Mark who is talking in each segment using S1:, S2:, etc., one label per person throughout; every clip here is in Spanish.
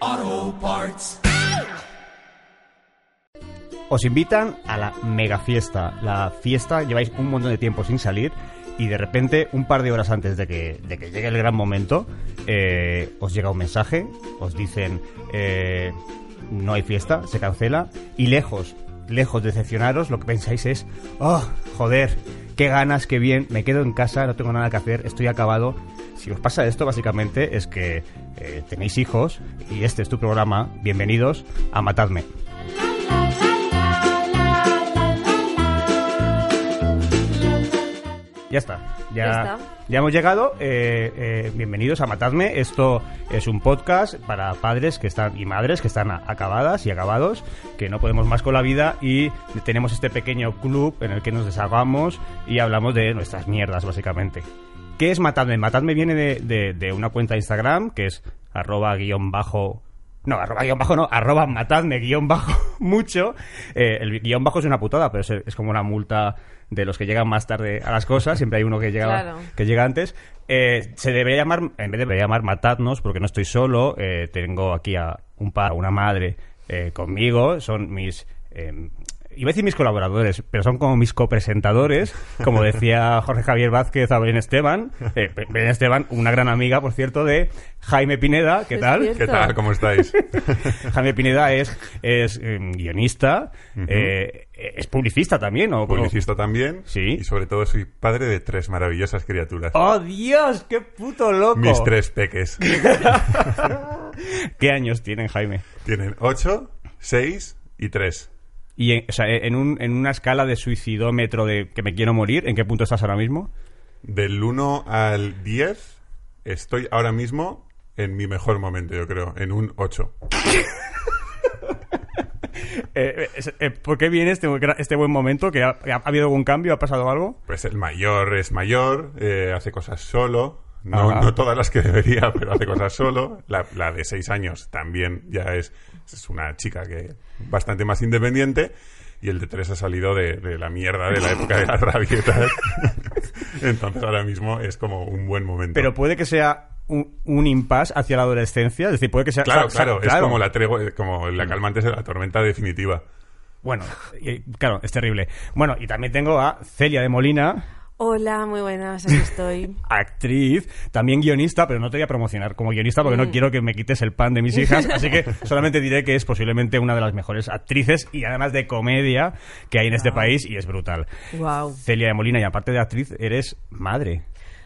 S1: Auto Parts.
S2: os invitan a la mega fiesta. La fiesta, lleváis un montón de tiempo sin salir y de repente, un par de horas antes de que, de que llegue el gran momento, eh, os llega un mensaje, os dicen eh, no hay fiesta, se cancela y lejos, lejos de decepcionaros, lo que pensáis es, oh, joder, qué ganas, qué bien, me quedo en casa, no tengo nada que hacer, estoy acabado. Si os pasa esto, básicamente es que eh, tenéis hijos y este es tu programa, bienvenidos a Matadme. Ya está. Ya,
S3: Ya está.
S2: ya hemos llegado. eh, eh, bienvenidos a Matadme. Esto es un podcast para padres que están y madres que están a- acabadas y acabados, que no podemos más con la vida y tenemos este pequeño club en el que nos deshagamos y hablamos de nuestras mierdas, básicamente. ¿Qué es Matadme? Matadme viene de, de- de una cuenta de Instagram que es arroba guión bajo... No, arroba guión bajo no, arroba matadme guión bajo mucho. Eh, el guión bajo es una putada, pero es, es como una multa de los que llegan más tarde a las cosas. Siempre hay uno que llega,
S3: Claro.
S2: que llega antes. Eh, se debería llamar, en vez de debería llamar matadnos, porque no estoy solo, eh, tengo aquí a un par, a una madre eh, conmigo, son mis... eh, Iba a decir mis colaboradores, pero son como mis copresentadores, como decía Jorge Javier Vázquez a Belén Esteban. Eh, Be- Belén Esteban, una gran amiga, por cierto, de Jaime Pineda. ¿Qué
S3: Es
S2: tal?
S3: cierto.
S4: ¿Qué tal? ¿Cómo estáis?
S2: Jaime Pineda es, es eh, guionista, eh, es publicista también, ¿o?
S4: Publicista también.
S2: Sí.
S4: Y sobre todo soy padre de tres maravillosas criaturas.
S2: ¡Oh, Dios! ¡Qué puto loco!
S4: Mis tres peques.
S2: ¿Qué años tienen, Jaime?
S4: Tienen ocho, seis y tres.
S2: Y, en- o sea, en, un- en una escala de suicidómetro de que me quiero morir, ¿en qué punto estás ahora mismo?
S4: Del 1 al 10 estoy ahora mismo en mi mejor momento, yo creo, en un 8.
S2: Eh, eh, eh, ¿Por qué viene este, bu- este buen momento? ¿Que ha, ha habido algún cambio? ¿Ha pasado algo?
S4: Pues el mayor es mayor, eh, hace cosas solo. No,
S2: Ajá.
S4: no todas las que debería, pero hace cosas solo. La, la de seis años también ya es, es una chica que bastante más independiente. Y el de tres ha salido de, de la mierda de la época de las rabietas. Entonces ahora mismo es como un buen momento.
S2: Pero puede que sea un, un impasse hacia la adolescencia. Es decir, puede que sea.
S4: claro,
S2: o sea,
S4: claro, es como la tregua, como la calmante es la tormenta definitiva.
S2: Bueno, eh, claro, es terrible. Bueno, y también tengo a Celia de Molina,
S3: Hola, muy buenas, aquí estoy.
S2: actriz, también guionista, pero no te voy a promocionar como guionista porque no
S3: Mm.
S2: quiero que me quites el pan de mis hijas, así que solamente diré que es posiblemente una de las mejores actrices y además de comedia que hay en
S3: Ah.
S2: este país y es brutal.
S3: Wow.
S2: Celia de Molina, y aparte de actriz, eres madre.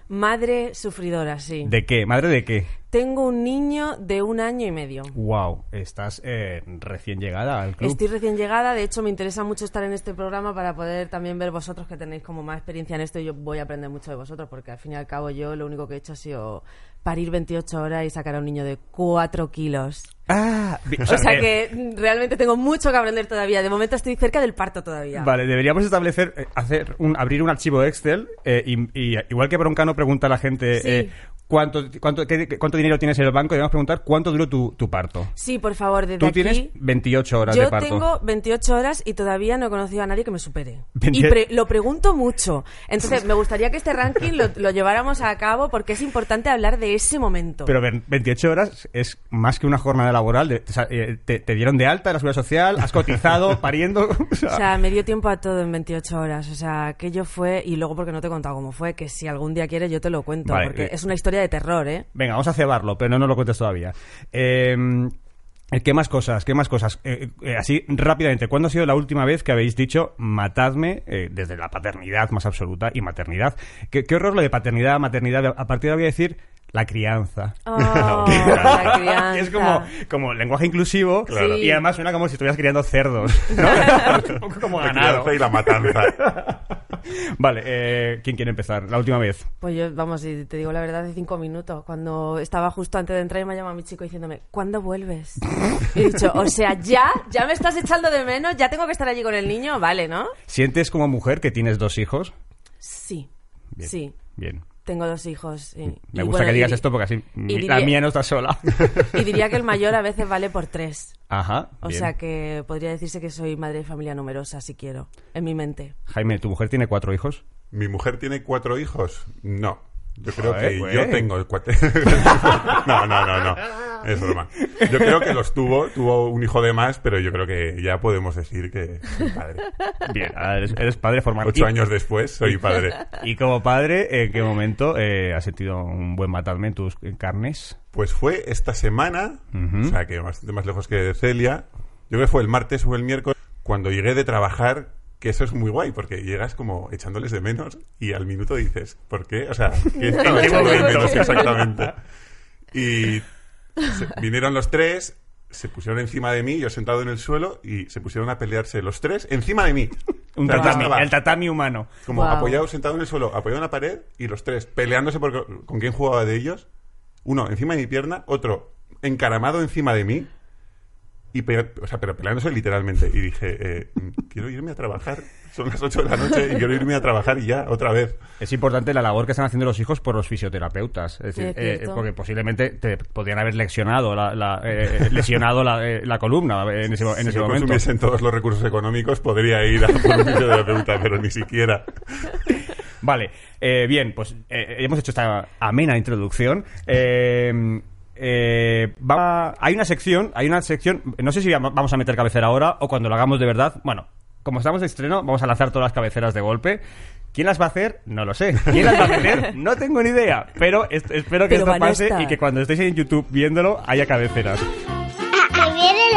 S3: Madre sufridora, sí.
S2: ¿De qué? ¿Madre de qué?
S3: Tengo un niño de un año y medio.
S2: Wow, estás eh, recién llegada al club.
S3: Estoy recién llegada, de hecho me interesa mucho estar en este programa para poder también ver vosotros que tenéis como más experiencia en esto y yo voy a aprender mucho de vosotros porque al fin y al cabo yo lo único que he hecho ha sido parir 28 horas y sacar a un niño de 4 kilos.
S2: Ah, vi-
S3: O sea
S2: eh,
S3: que mm, realmente tengo mucho que aprender todavía. De momento estoy cerca del parto todavía.
S2: Vale, deberíamos establecer, eh, hacer un, abrir un archivo Excel eh, y, y igual que Broncano pregunta a la gente
S3: Sí.
S2: eh, cuánto, cuánto, qué- cuánto dinero tienes en el banco, debemos preguntar cuánto duró tu, tu parto.
S3: Sí, por favor, desde
S2: Tú
S3: aquí...
S2: tienes 28 horas
S3: Yo
S2: de parto.
S3: tengo 28 horas y todavía no he conocido a nadie que me supere.
S2: Veinte-
S3: Y pre- lo pregunto mucho. Entonces, me gustaría que este ranking lo, lo lleváramos a cabo porque es importante hablar de ese momento.
S2: Pero ver, 28 horas es más que una jornada laboral. de- o sea, eh, te, te dieron de alta en la seguridad social, has cotizado, pariendo. o sea,
S3: O sea, me dio tiempo a todo en 28 horas. O sea, aquello fue... Y luego porque no te he contado cómo fue, que si algún día quieres yo te lo cuento.
S2: Vale,
S3: porque
S2: eh.
S3: es una historia de terror, ¿eh?
S2: Venga, vamos a cebarlo, pero no nos lo cuentes todavía. Eh, ¿Qué más cosas? ¿Qué más cosas? Eh, eh, así rápidamente, ¿cuándo ha sido la última vez que habéis dicho matadme eh, desde la paternidad más absoluta y maternidad? ¿Qué, qué horror lo de paternidad, maternidad? A partir de ahora voy a decir la crianza.
S3: Oh, la crianza.
S2: es como, como lenguaje inclusivo
S3: Claro. Sí.
S2: y además suena como si estuvieras criando cerdos. ¿no? Un poco como
S4: La
S2: ganado.
S4: crianza y la matanza.
S2: Vale, eh, ¿quién quiere empezar? La última vez.
S3: Pues yo, vamos, si te digo la verdad, de cinco minutos. Cuando estaba justo antes de entrar y me ha llamado mi chico diciéndome, ¿cuándo vuelves? Y he dicho, o sea, ya, ya me estás echando de menos, ya tengo que estar allí con el niño, vale, ¿no?
S2: ¿Sientes como mujer que tienes dos hijos?
S3: Sí,
S2: Bien.
S3: sí.
S2: Bien.
S3: Tengo dos hijos. y-
S2: Me
S3: y
S2: gusta
S3: bueno,
S2: que digas
S3: diri-
S2: esto porque así mi-
S3: diría-
S2: la mía no está sola.
S3: Y diría que el mayor a veces vale por tres.
S2: Ajá.
S3: O
S2: bien.
S3: sea que podría decirse que soy madre de familia numerosa, si quiero, en mi mente.
S2: Jaime, ¿tu mujer tiene cuatro hijos?
S4: ¿Mi mujer tiene cuatro hijos? No. Yo creo
S2: Joder,
S4: que
S2: güey.
S4: yo tengo el cuatro. no, no, no, no. Es broma. Yo creo que los tuvo, tuvo un hijo de más, pero yo creo que ya podemos decir que soy padre.
S2: Bien, ahora eres, eres padre formal.
S4: Ocho
S2: Y-
S4: años después soy padre.
S2: Y como padre, ¿en qué momento eh, has sentido un buen matarme en tus carnes?
S4: Pues fue esta semana, o sea que bastante más lejos que Celia. Yo creo que fue el martes o el miércoles, cuando llegué de trabajar, que eso es muy guay, porque llegas como echándoles de menos y al minuto dices, ¿por qué? O sea, ¿qué estaba
S2: qué
S4: echando de
S2: momento?
S4: menos exactamente? Y se- vinieron los tres, se pusieron encima de mí, yo sentado en el suelo, y se pusieron a pelearse los tres encima de mí.
S2: Un
S4: O sea, yo
S2: tatami,
S4: estaba-
S2: el tatami humano.
S4: como
S3: Guau.
S4: apoyado, sentado en el suelo, apoyado en la pared, y los tres peleándose por con quién jugaba de ellos. Uno encima de mi pierna, otro encaramado encima de mí. Y pe- o sea, pero peleándose literalmente. Y dije, eh, mm, quiero irme a trabajar. Son las 8 de la noche y quiero irme a trabajar ya, otra vez.
S2: Es importante la labor que están haciendo los hijos por los fisioterapeutas. Es
S3: Sí,
S2: decir,
S3: es
S2: eh,
S3: cierto.
S2: porque posiblemente te podrían haber lesionado la, la, eh, lesionado la, eh, la columna en ese, en
S4: si
S2: ese
S4: yo
S2: momento.
S4: consumiesen todos los recursos económicos, podría ir a por un fisioterapeuta, pero ni siquiera.
S2: Vale, eh, bien, pues eh, hemos hecho esta amena introducción. Eh, eh, va- hay una sección, hay una sección, no sé si va- vamos a meter cabecera ahora o cuando lo hagamos de verdad. Bueno, como estamos de estreno, vamos a lanzar todas las cabeceras de golpe. ¿Quién las va a hacer? No lo sé. ¿Quién las va a hacer? No tengo ni idea. Pero est- espero que
S3: Pero
S2: esto
S3: van a
S2: pase
S3: estar.
S2: y que cuando estéis en YouTube viéndolo haya cabeceras.
S5: Ah, Ahí vienen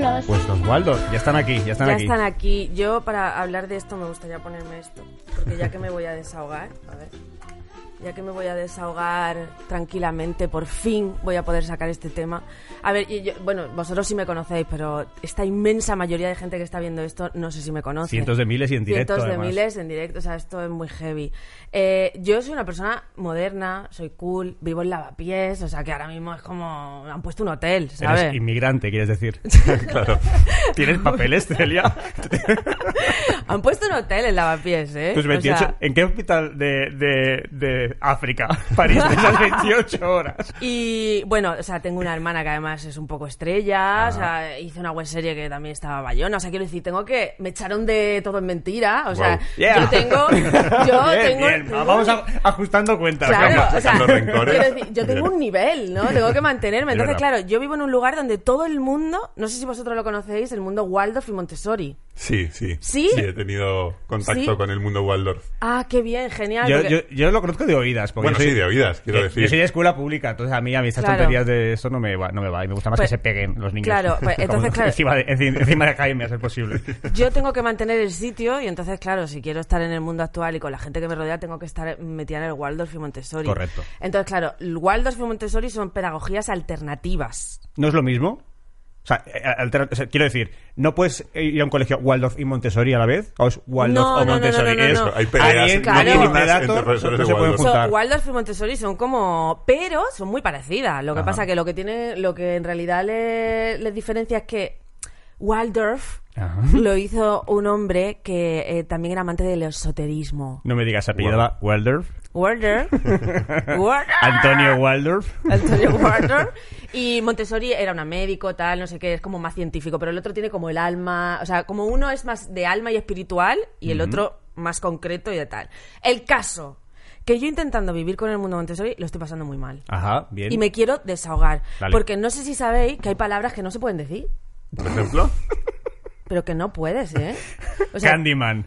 S5: los guardos.
S2: Pues los Waldos, ya están aquí, ya están
S3: ya
S2: aquí.
S3: están aquí. Yo, para hablar de esto, me gustaría ponerme esto. Porque ya que me voy a desahogar, a ver. Ya que me voy a desahogar tranquilamente, por fin voy a poder sacar este tema. A ver, y yo- bueno, vosotros sí me conocéis, pero esta inmensa mayoría de gente que está viendo esto no sé si me conoce.
S2: Cientos de miles y en directo.
S3: Cientos de
S2: además.
S3: miles en directo, o sea, esto es muy heavy. Eh, yo soy una persona moderna, soy cool, vivo en lavapiés, o sea, que ahora mismo es como... me Han puesto un hotel, ¿sabes?
S2: Eres inmigrante, quieres decir.
S4: claro.
S2: ¿Tienes papeles, Celia?
S3: Han puesto un hotel en lavapiés, ¿eh?
S2: Tus
S3: O
S2: 28,
S3: sea,
S2: ¿En qué hospital de, de, de África? París esas 28 horas.
S3: y bueno, o sea, tengo una hermana que además es un poco estrella, o sea, hice una web serie que también estaba bayona, o sea, quiero decir, tengo que me echaron de todo en mentira, o sea,
S4: Wow.
S2: Yeah.
S3: yo tengo yo
S2: Bien,
S3: tengo,
S2: bien,
S3: tengo-
S2: Vamos a- ajustando cuentas.
S3: Claro,
S4: Sacando-
S3: o sea,
S4: sacando rencores.
S3: quiero decir, yo tengo
S4: Bien.
S3: un nivel, ¿no? Tengo que mantenerme.
S2: Es
S3: Entonces,
S2: verdad.
S3: claro, yo vivo en un lugar donde todo el mundo, no sé si vosotros lo conocéis, el mundo Waldorf y Montessori.
S4: Sí, sí.
S3: ¿Sí?
S4: he tenido contacto
S3: ¿Sí?
S4: con el mundo Waldorf.
S3: Ah, qué bien, genial.
S2: Yo,
S3: porque-
S2: yo, yo lo conozco de oídas. Porque
S4: Bueno,
S2: yo soy, eh,
S4: sí, de oídas, quiero
S2: yo-
S4: decir.
S2: Yo soy de escuela pública, entonces a mí, a mí estas
S3: Claro.
S2: tonterías de esto no me va, no me va. Y me gusta más
S3: Pues-
S2: que se peguen los niños.
S3: claro, pues,
S2: Como
S3: entonces, claro.
S2: Encima de, enci- encima de Jaime, a ser posible.
S3: yo tengo que mantener el sitio y entonces, claro, si quiero estar en el mundo actual y con la gente que me rodea, tengo que estar metida en el Waldorf y Montessori.
S2: Correcto.
S3: Entonces, claro, el Waldorf y Montessori son pedagogías alternativas.
S2: ¿No es lo mismo? O sea, eh, altera- o sea, quiero decir, ¿no puedes ir a un colegio Waldorf y Montessori a la vez? ¿O es Waldorf
S3: No,
S2: o
S3: no, no,
S2: Montessori?
S3: no, no,
S2: Es-
S3: no.
S4: Hay peleas
S2: alguien-
S3: Claro.
S2: alguien
S3: nocturnas
S2: de datos
S4: entre
S2: no
S4: profesores de
S2: se pueden
S4: Waldorf.
S3: So,
S2: juntar.
S3: Waldorf y Montessori son como, pero son muy parecidas. Lo que
S2: Ajá.
S3: pasa que lo que tiene, lo que en realidad le- les diferencia es que Waldorf
S2: Ajá.
S3: lo hizo un hombre que eh, también era amante del esoterismo.
S2: No me digas, se apellidaba Waldorf.
S3: Waldorf, Waldorf,
S2: Antonio Waldorf.
S3: Antonio Waldorf. Y Montessori era una médico, tal, no sé qué, es como más científico, pero el otro tiene como el alma, o sea, como uno es más de alma y espiritual y el otro más concreto y de tal. El caso, que yo intentando vivir con el mundo Montessori lo estoy pasando muy mal.
S2: Ajá, bien.
S3: Y me quiero desahogar,
S2: Dale.
S3: porque no sé si sabéis que hay palabras que no se pueden decir,
S4: Por ejemplo.
S3: pero que no puedes, ¿eh. O sea,
S2: Candyman.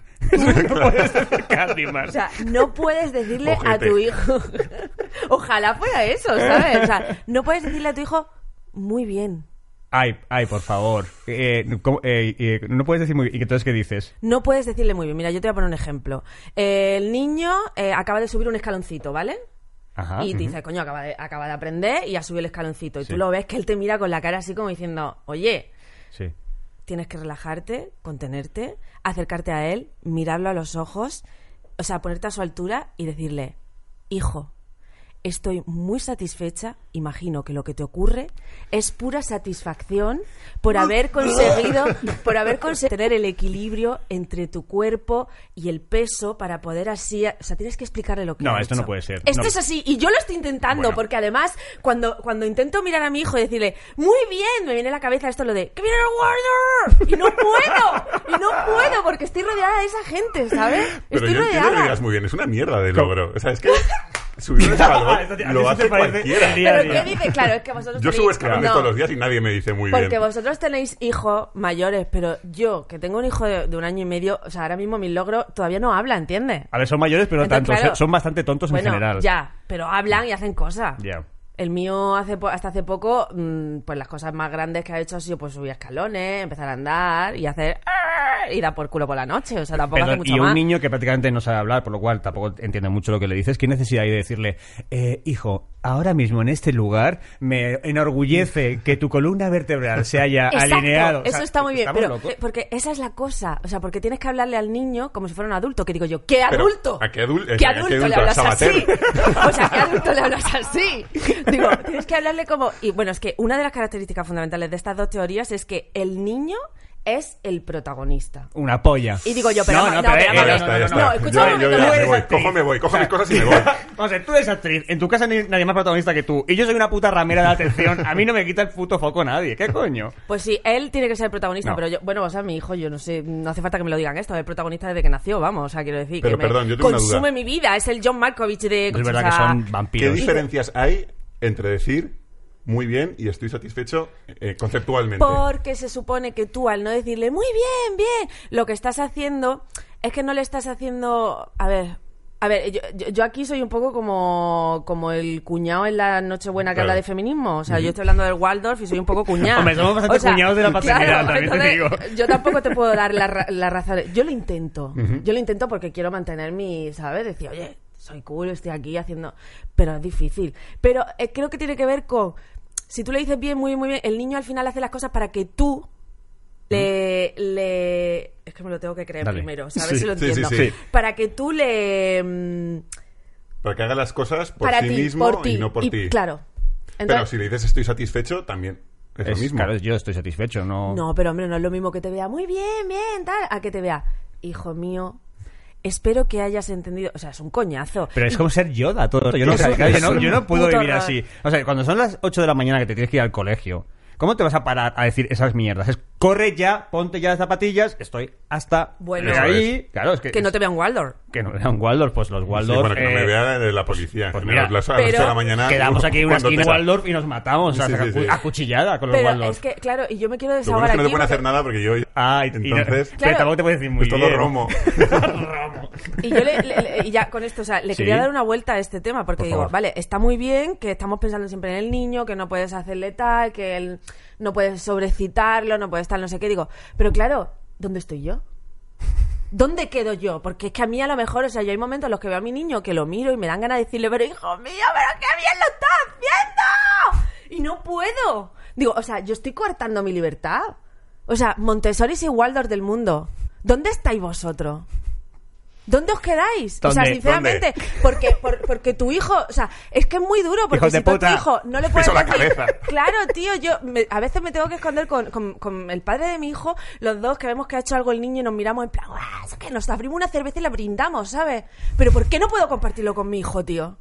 S2: no puedes decir Candyman.
S3: O sea, no puedes decirle a
S4: Ojete.
S3: tu hijo. Ojalá fuera eso, ¿sabes? O sea, no puedes decirle a tu hijo muy bien.
S2: ay, ay, por favor. Eh, ¿cómo- eh, eh, no puedes decir muy bien. ¿Y entonces qué dices?
S3: No puedes decirle muy bien. Mira, yo te voy a poner un ejemplo. Eh, el niño eh, acaba de subir un escaloncito, ¿vale?
S2: Ajá.
S3: y te dice, coño, acaba de, acaba de aprender y ha subido el escaloncito. Y tú lo ves que él te mira con la cara así como diciendo, oye,
S2: Sí.
S3: tienes que relajarte, contenerte, acercarte a él, mirarlo a los ojos, o sea, ponerte a su altura y decirle, hijo, estoy muy satisfecha, imagino que lo que te ocurre es pura satisfacción por haber conseguido, por haber conseguido tener el equilibrio entre tu cuerpo y el peso para poder así, o sea, tienes que explicarle lo que
S2: No,
S3: ha
S2: esto no
S3: hecho.
S2: puede ser.
S3: Esto
S2: No.
S3: es así y yo lo estoy intentando
S4: Bueno.
S3: porque además cuando, cuando intento mirar a mi hijo y decirle, muy bien, me viene a la cabeza esto lo de, que viene el Warner y no puedo, y no puedo porque estoy rodeada de esa gente, ¿sabes?
S4: Pero
S3: estoy
S4: yo entiendo que
S3: rodeada.
S4: digas muy bien, es una mierda de logro. O sea, es que subir un escalón
S2: Esto te- a ti
S4: lo
S2: sí te
S4: hace
S2: parece
S4: cualquiera.
S2: el día
S3: Pero
S2: a
S3: ¿qué dice? Claro, es que vosotros
S4: Yo
S3: tenéis-
S4: subo escalones
S3: No,
S4: todos los días y nadie me dice muy
S3: Porque
S4: bien.
S3: vosotros tenéis hijos mayores, pero yo, que tengo un hijo de, de un año y medio, o sea, ahora mismo mi logro todavía no habla, ¿entiendes?
S2: A ver, son mayores, pero no
S3: Entonces,
S2: tanto.
S3: claro.
S2: Son bastante tontos
S3: bueno,
S2: en general.
S3: ya, pero hablan y hacen cosas.
S2: Ya.
S3: El mío hace po- hasta hace poco, mm, pues las cosas más grandes que ha hecho ha sido pues subir escalones, empezar a andar y hacer "Arr", y dar por culo por la noche. O sea, tampoco hace
S2: Perdón,
S3: mucho
S2: y
S3: más.
S2: un niño que prácticamente no sabe hablar, por lo cual tampoco entiende mucho lo que le dices, ¿qué necesidad hay de decirle, eh, hijo, ahora mismo en este lugar me enorgullece que tu columna vertebral se haya
S3: Exacto,
S2: alineado? O sea,
S3: Eso está muy bien,
S2: ¿estamos
S3: pero
S2: locos?
S3: eh, porque esa es la cosa, o sea, porque tienes que hablarle al niño como si fuera un adulto, que digo yo, ¿qué
S4: Pero,
S3: adulto?
S4: ¿a qué adul-
S3: ¿Qué
S4: a qué
S3: adulto
S4: adulto?
S3: le
S4: ¿A
S3: hablas así?
S4: Sabater?
S3: O sea, ¿qué adulto le hablas así? Digo, tienes que hablarle como y bueno, es que una de las características fundamentales de estas dos teorías es que el niño es el protagonista.
S2: Una polla.
S3: Y digo yo, pero
S2: no,
S3: ma-
S2: no,
S3: no,
S2: pero,
S3: pero
S2: eh,
S4: ya
S3: vamos,
S4: está, ya
S3: no, no,
S4: está.
S3: escucha un
S4: Yo-
S3: momento,
S4: yo ya
S3: tú
S4: me
S3: eres
S4: voy.
S2: actriz.
S4: Cojo, me voy. Cojo mis cosas y me voy.
S2: Vamos a ver, tú eres actriz, en tu casa ni- nadie más protagonista que tú, y yo soy una puta ramera de atención, a mí no me quita el puto foco nadie, ¿qué coño?
S3: Pues sí, él tiene que ser el protagonista,
S2: No.
S3: pero yo, bueno, o sea, mi hijo, yo no sé, no hace falta que me lo digan esto, es el protagonista desde que nació, vamos, o sea, quiero decir
S4: Pero,
S3: que
S4: perdón,
S3: me
S4: yo tengo una
S3: consume
S4: duda.
S3: mi vida, es el John Malkovich de...
S2: Es verdad
S3: o
S2: que
S3: sea,
S2: son
S4: ¿Qué
S2: vampiros.
S4: diferencias hay entre decir muy bien y estoy satisfecho eh, conceptualmente?
S3: Porque se supone que tú al no decirle muy bien, bien, lo que estás haciendo es que no le estás haciendo... A ver... A ver, yo, yo- yo aquí soy un poco como, como el cuñado en la Nochebuena que
S4: Claro.
S3: habla de feminismo. O sea, yo estoy hablando del Waldorf y soy un poco cuñado.
S2: Hombre, somos bastante cuñados de la paternidad, también te digo.
S3: Yo tampoco te puedo dar la, ra- la razón. Yo lo intento. Yo lo intento porque quiero mantener mi, ¿sabes? Decir, oye, soy cool, estoy aquí haciendo... Pero es difícil. Pero eh, creo que tiene que ver con... Si tú le dices bien, muy, muy bien, el niño al final hace las cosas para que tú le, le... Es que me lo tengo que creer
S2: Dale.
S3: primero, ¿sabes?
S4: Sí,
S3: si lo
S4: sí, sí,
S3: entiendo.
S4: sí.
S3: Para que tú le... mm,
S4: Para que haga las cosas por
S3: para
S4: sí
S3: ti,
S4: mismo
S3: por ti.
S4: y no por ti.
S3: Claro.
S4: Pero
S3: Entonces-
S4: si le dices estoy satisfecho, también es, lo
S2: Es-
S4: mismo.
S2: Claro, yo estoy satisfecho, no...
S3: No, pero hombre, no es lo mismo que te vea muy bien, bien, tal, a que te vea, hijo mío, espero que hayas entendido. O sea, es un coñazo.
S2: Pero es como ser Yoda todo. Yo no,
S4: Es-
S2: o sea, claro, yo
S4: es
S2: no-
S4: un
S2: yo no puedo
S3: puto
S2: vivir
S3: horror.
S2: así. O sea, cuando son las 8 de la mañana que te tienes que ir al colegio, ¿cómo te vas a parar a decir esas mierdas? Es corre ya, ponte ya las zapatillas, estoy hasta
S3: Bueno.
S2: de ahí. Claro, es que,
S3: Que no te vean Waldorf.
S2: que no vean Waldorf, pues los
S4: Sí,
S2: Waldorf.
S4: bueno, que no me
S2: eh,
S4: vea eh, la policía.
S2: pues
S4: en general,
S2: mira,
S4: las- a las ocho de la
S3: pero
S4: mañana.
S2: Quedamos aquí en una
S4: cuando te
S2: esquina
S4: sa-
S2: Waldorf y nos matamos
S4: Sí,
S2: a,
S4: sí,
S2: saca-
S4: sí.
S2: a cuchillada con los
S3: Pero
S2: Waldorf.
S3: es que, claro, y yo me quiero
S4: Lo bueno
S3: desahogar
S4: es que no
S3: aquí
S4: te pueden hacer
S3: porque-
S4: nada porque yo.
S2: Ah, y- y no-
S4: entonces.
S3: Claro.
S2: pero tampoco te puedes decir muy
S4: es todo
S2: bien.
S4: romo.
S2: romo.
S3: Y yo le, le- le- y ya con esto, o sea, le
S2: Sí.
S3: quería dar una vuelta a este tema, porque
S2: Por
S3: digo,
S2: favor.
S3: vale, está muy bien que estamos pensando siempre en el niño, que no puedes hacerle tal, que él no puedes sobrecitarlo, no puedes tal, no sé qué. Digo, pero claro, ¿dónde estoy yo? ¿Dónde quedo yo? Porque es que a mí a lo mejor, o sea, yo hay momentos en los que veo a mi niño que lo miro y me dan ganas de decirle, pero hijo mío, pero qué bien lo estás viendo. Y no puedo. Digo, o sea, yo estoy coartando mi libertad. O sea, Montessori y Waldorf del mundo. ¿Dónde estáis vosotros? ¿Dónde os quedáis? o sea,
S2: ¿Dónde?
S3: sinceramente, porque, por- porque tu hijo, o sea, es que es muy duro, porque
S2: Hijos
S3: si
S2: de
S3: tú a tu
S2: puta.
S3: hijo no le puedes
S4: Piso la
S3: decir-
S4: cabeza.
S3: Claro, tío, yo me- a veces me tengo que esconder con, con- con el padre de mi hijo, los dos que vemos que ha hecho algo el niño y nos miramos en plan, "Guau, es que nos abrimos una cerveza y la brindamos, ¿sabes? Pero ¿por qué no puedo compartirlo con mi hijo, tío?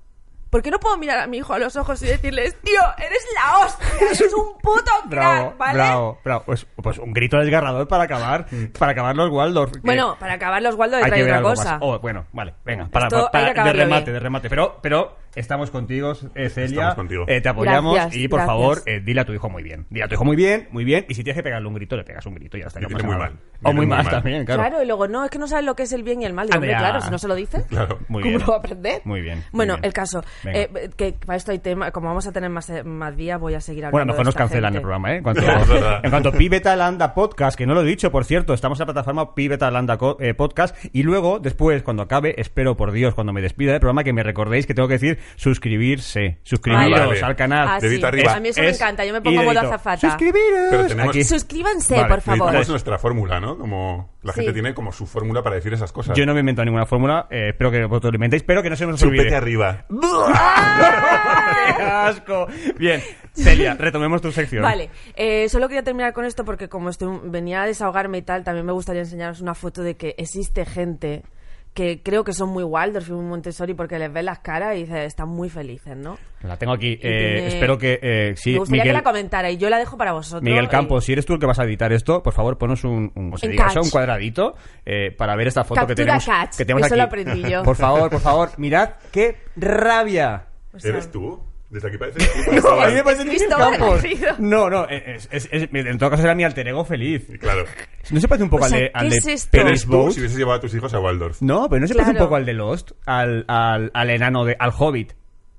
S3: ¿Por qué no puedo mirar a mi hijo a los ojos y decirles, tío, eres la hostia, eres un puto crack,
S2: Bravo,
S3: ¿vale?
S2: bravo, bravo. Pues, pues un grito desgarrador para acabar,
S4: Mm.
S2: para acabar los Waldorf. que-
S3: Bueno, para acabar los Waldo
S2: hay
S3: trae
S2: que ver
S3: otra
S2: algo
S3: cosa.
S2: más. Oh, bueno, vale, venga, para,
S3: Esto hay
S2: para-
S3: que
S2: de
S3: acabarlo
S2: remate,
S3: bien.
S2: de remate. Pero, pero estamos contigo, eh, Celia.
S4: Estamos contigo.
S2: Eh, te apoyamos
S3: Gracias,
S2: y por
S3: gracias.
S2: favor, eh, dile a tu hijo muy bien. Dile a tu hijo muy bien, muy bien. Y si tienes que pegarle un grito, le pegas un grito y ya está.
S4: Y
S2: no
S4: dile
S2: pasa
S4: muy
S2: nada.
S4: mal.
S2: O
S4: Dile
S2: muy
S4: muy
S2: mal
S4: mal.
S2: también, claro.
S3: Claro. y luego no, es que no sabes lo que es el bien y el mal. Digo,
S2: Hombre,
S3: hombre,
S2: ah.
S3: claro, si no se lo dices.
S4: Claro.
S2: Muy
S3: ¿Cómo
S2: bien.
S3: lo va a aprender?
S2: Muy bien, muy
S3: Bueno,
S2: bien.
S3: el caso.
S2: Venga.
S3: eh, que para esto hay tema. Como vamos a tener más, eh, más días, voy a seguir hablando.
S2: Bueno, a lo
S3: de
S2: mejor nos
S3: esta
S2: cancelan
S3: gente.
S2: el programa, ¿eh? En cuanto,
S4: Es verdad.
S2: en cuanto Pibetalanda Podcast, que no lo he dicho, por cierto, estamos en la plataforma Pibetalanda Co- eh, Podcast. Y luego, después, cuando acabe, espero por Dios, cuando me despida del programa, que me recordéis que tengo que decir suscribirse, suscribiros
S4: Ah, vale.
S2: al canal.
S3: Ah,
S4: Dedito
S3: sí.
S4: arriba.
S3: A mí eso me
S2: Es
S3: encanta, yo me
S2: ir
S3: pongo modo
S2: dedito.
S3: azafata.
S2: Suscribiros.
S4: Pero tenemos-
S2: Aquí.
S3: Suscríbanse,
S2: Vale,
S3: por favor.
S4: Necesitamos nuestra fórmula, ¿no? Como la gente
S3: Sí.
S4: tiene como su fórmula para decir esas cosas.
S2: Yo no me invento ninguna fórmula, eh, espero que vosotros lo inventéis, pero que no se nos olvide.
S4: Chupete arriba.
S2: ¡Qué asco! Bien, Celia, retomemos tu sección.
S3: Vale, eh, solo quería terminar con esto porque como estoy, venía a desahogarme y tal, también me gustaría enseñaros una foto de que existe gente que creo que son muy Waldorf y muy Montessori porque les ves las caras y dices, están muy felices, ¿no?
S2: La tengo aquí. eh,
S3: tiene-
S2: Espero que... eh, sí,
S3: me gustaría
S2: Miguel,
S3: que la comentara y yo la dejo para vosotros.
S2: Miguel
S3: eh,
S2: Campos, si eres tú el que vas a editar esto, por favor, ponos un, un, como se
S3: En
S2: diga eso,
S3: catch.
S2: un cuadradito eh, para ver esta foto que
S3: Captura
S2: tenemos,
S3: catch,
S2: que tenemos
S3: eso
S2: aquí.
S3: lo aprendí yo.
S2: Por favor, por favor, mirad qué rabia.
S3: o sea,
S4: ¿Eres tú? Desde aquí parece. tú,
S2: No,
S4: Cristóbal.
S2: a mí me parece Miguel
S3: Cristóbal
S2: Campos.
S3: Garrido.
S2: No, no, eh, es- es- es- en todo caso era mi alter ego feliz.
S4: Y Claro.
S2: ¿No se parece un poco
S3: O sea,
S2: al de, al
S3: ¿qué
S2: de
S3: es esto?
S2: Penny's
S4: Eres tú
S2: Boat?
S4: si hubieses llevado a tus hijos a Waldorf.
S2: No, pero ¿no se parece un
S3: Claro.
S2: poco al de Lost? Al, al, al enano de... al Hobbit.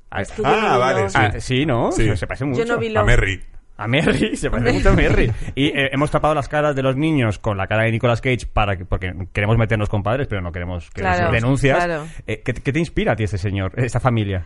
S2: A-
S3: es que yo
S4: Ah,
S3: no vi
S4: vale,
S3: los-
S4: sí.
S2: Ah, sí, ¿no?
S4: Sí.
S2: Se- Se parece mucho.
S3: Yo no vi
S4: A
S3: los...
S4: Merry.
S2: A Merry, se parece mucho a Merry. Y eh, hemos tapado las caras de los niños con la cara de Nicolas Cage para que, porque queremos meternos con padres, pero no queremos que
S3: Claro,
S2: nos denuncias.
S3: claro.
S2: Eh, ¿qué, te- qué te inspira a ti este señor, esta familia?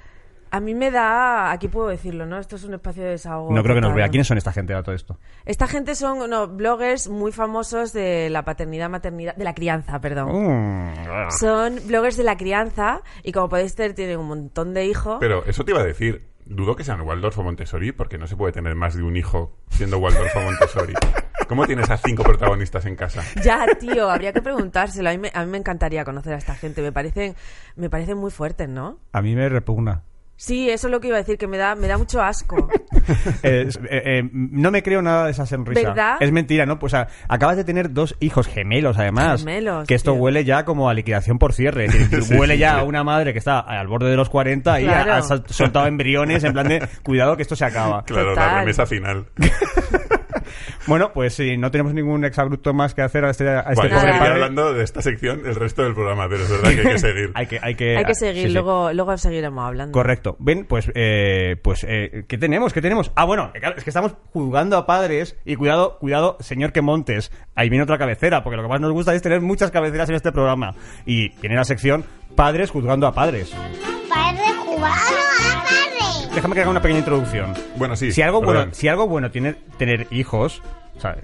S3: A mí me da... Aquí puedo decirlo, ¿no? Esto es un espacio de desahogo.
S2: no creo que nos
S3: total.
S2: vea. ¿Quiénes son esta gente a todo esto?
S3: Esta gente son no, bloggers muy famosos de la paternidad, maternidad... De la crianza, perdón.
S2: Oh. Mm.
S3: Son bloggers de la crianza y como podéis ver tienen un montón de hijos.
S4: Pero eso te iba a decir. Dudo que sean Waldorf o Montessori, porque no se puede tener más de un hijo siendo Waldorf o Montessori. ¿Cómo tienes a cinco protagonistas en casa?
S3: Ya, tío, habría que preguntárselo. A mí, me, a mí me encantaría conocer a esta gente. Me parecen, me parecen muy fuertes, ¿no?
S2: A mí me repugna.
S3: Sí, eso es lo que iba a decir, que me da, me da mucho asco.
S2: Eh, es- eh, eh, no me creo nada de esa sonrisa.
S3: ¿Verdad?
S2: Es mentira, ¿no? Pues o sea, acabas de tener dos hijos gemelos, además.
S3: Gemelos,
S2: Que esto
S3: tío.
S2: huele ya como a liquidación por cierre. Es decir,
S4: Sí,
S2: huele
S4: sí,
S2: ya
S4: sí.
S2: a una madre que está al borde de los 40 y
S3: Claro.
S2: ha, ha sal- soltado embriones en plan de cuidado que esto se acaba.
S4: Claro, la
S3: Total.
S4: remesa final.
S2: Bueno, pues si no tenemos ningún exabrupto más que hacer a este, a este
S4: Vale,
S2: pobre
S3: Nada.
S4: seguiré
S2: padre,
S4: hablando de esta sección el resto del programa, pero es verdad que hay que seguir.
S2: hay que, hay que,
S3: Hay
S2: ah,
S3: que seguir,
S2: sí, sí.
S3: luego, luego seguiremos hablando.
S2: Correcto. Ven, pues, eh, pues, eh, ¿qué tenemos? ¿Qué tenemos? Ah, bueno, claro, es que estamos juzgando a padres y cuidado, cuidado, señor que montes. Ahí viene otra cabecera, porque lo que más nos gusta es tener muchas cabeceras en este programa. Y tiene la sección padres juzgando a padres.
S5: Padre jugando a padre.
S2: Déjame que haga una pequeña introducción.
S4: Bueno, sí,
S2: Si algo, bueno,
S4: perdón.
S2: si algo bueno tiene tener hijos, o sea,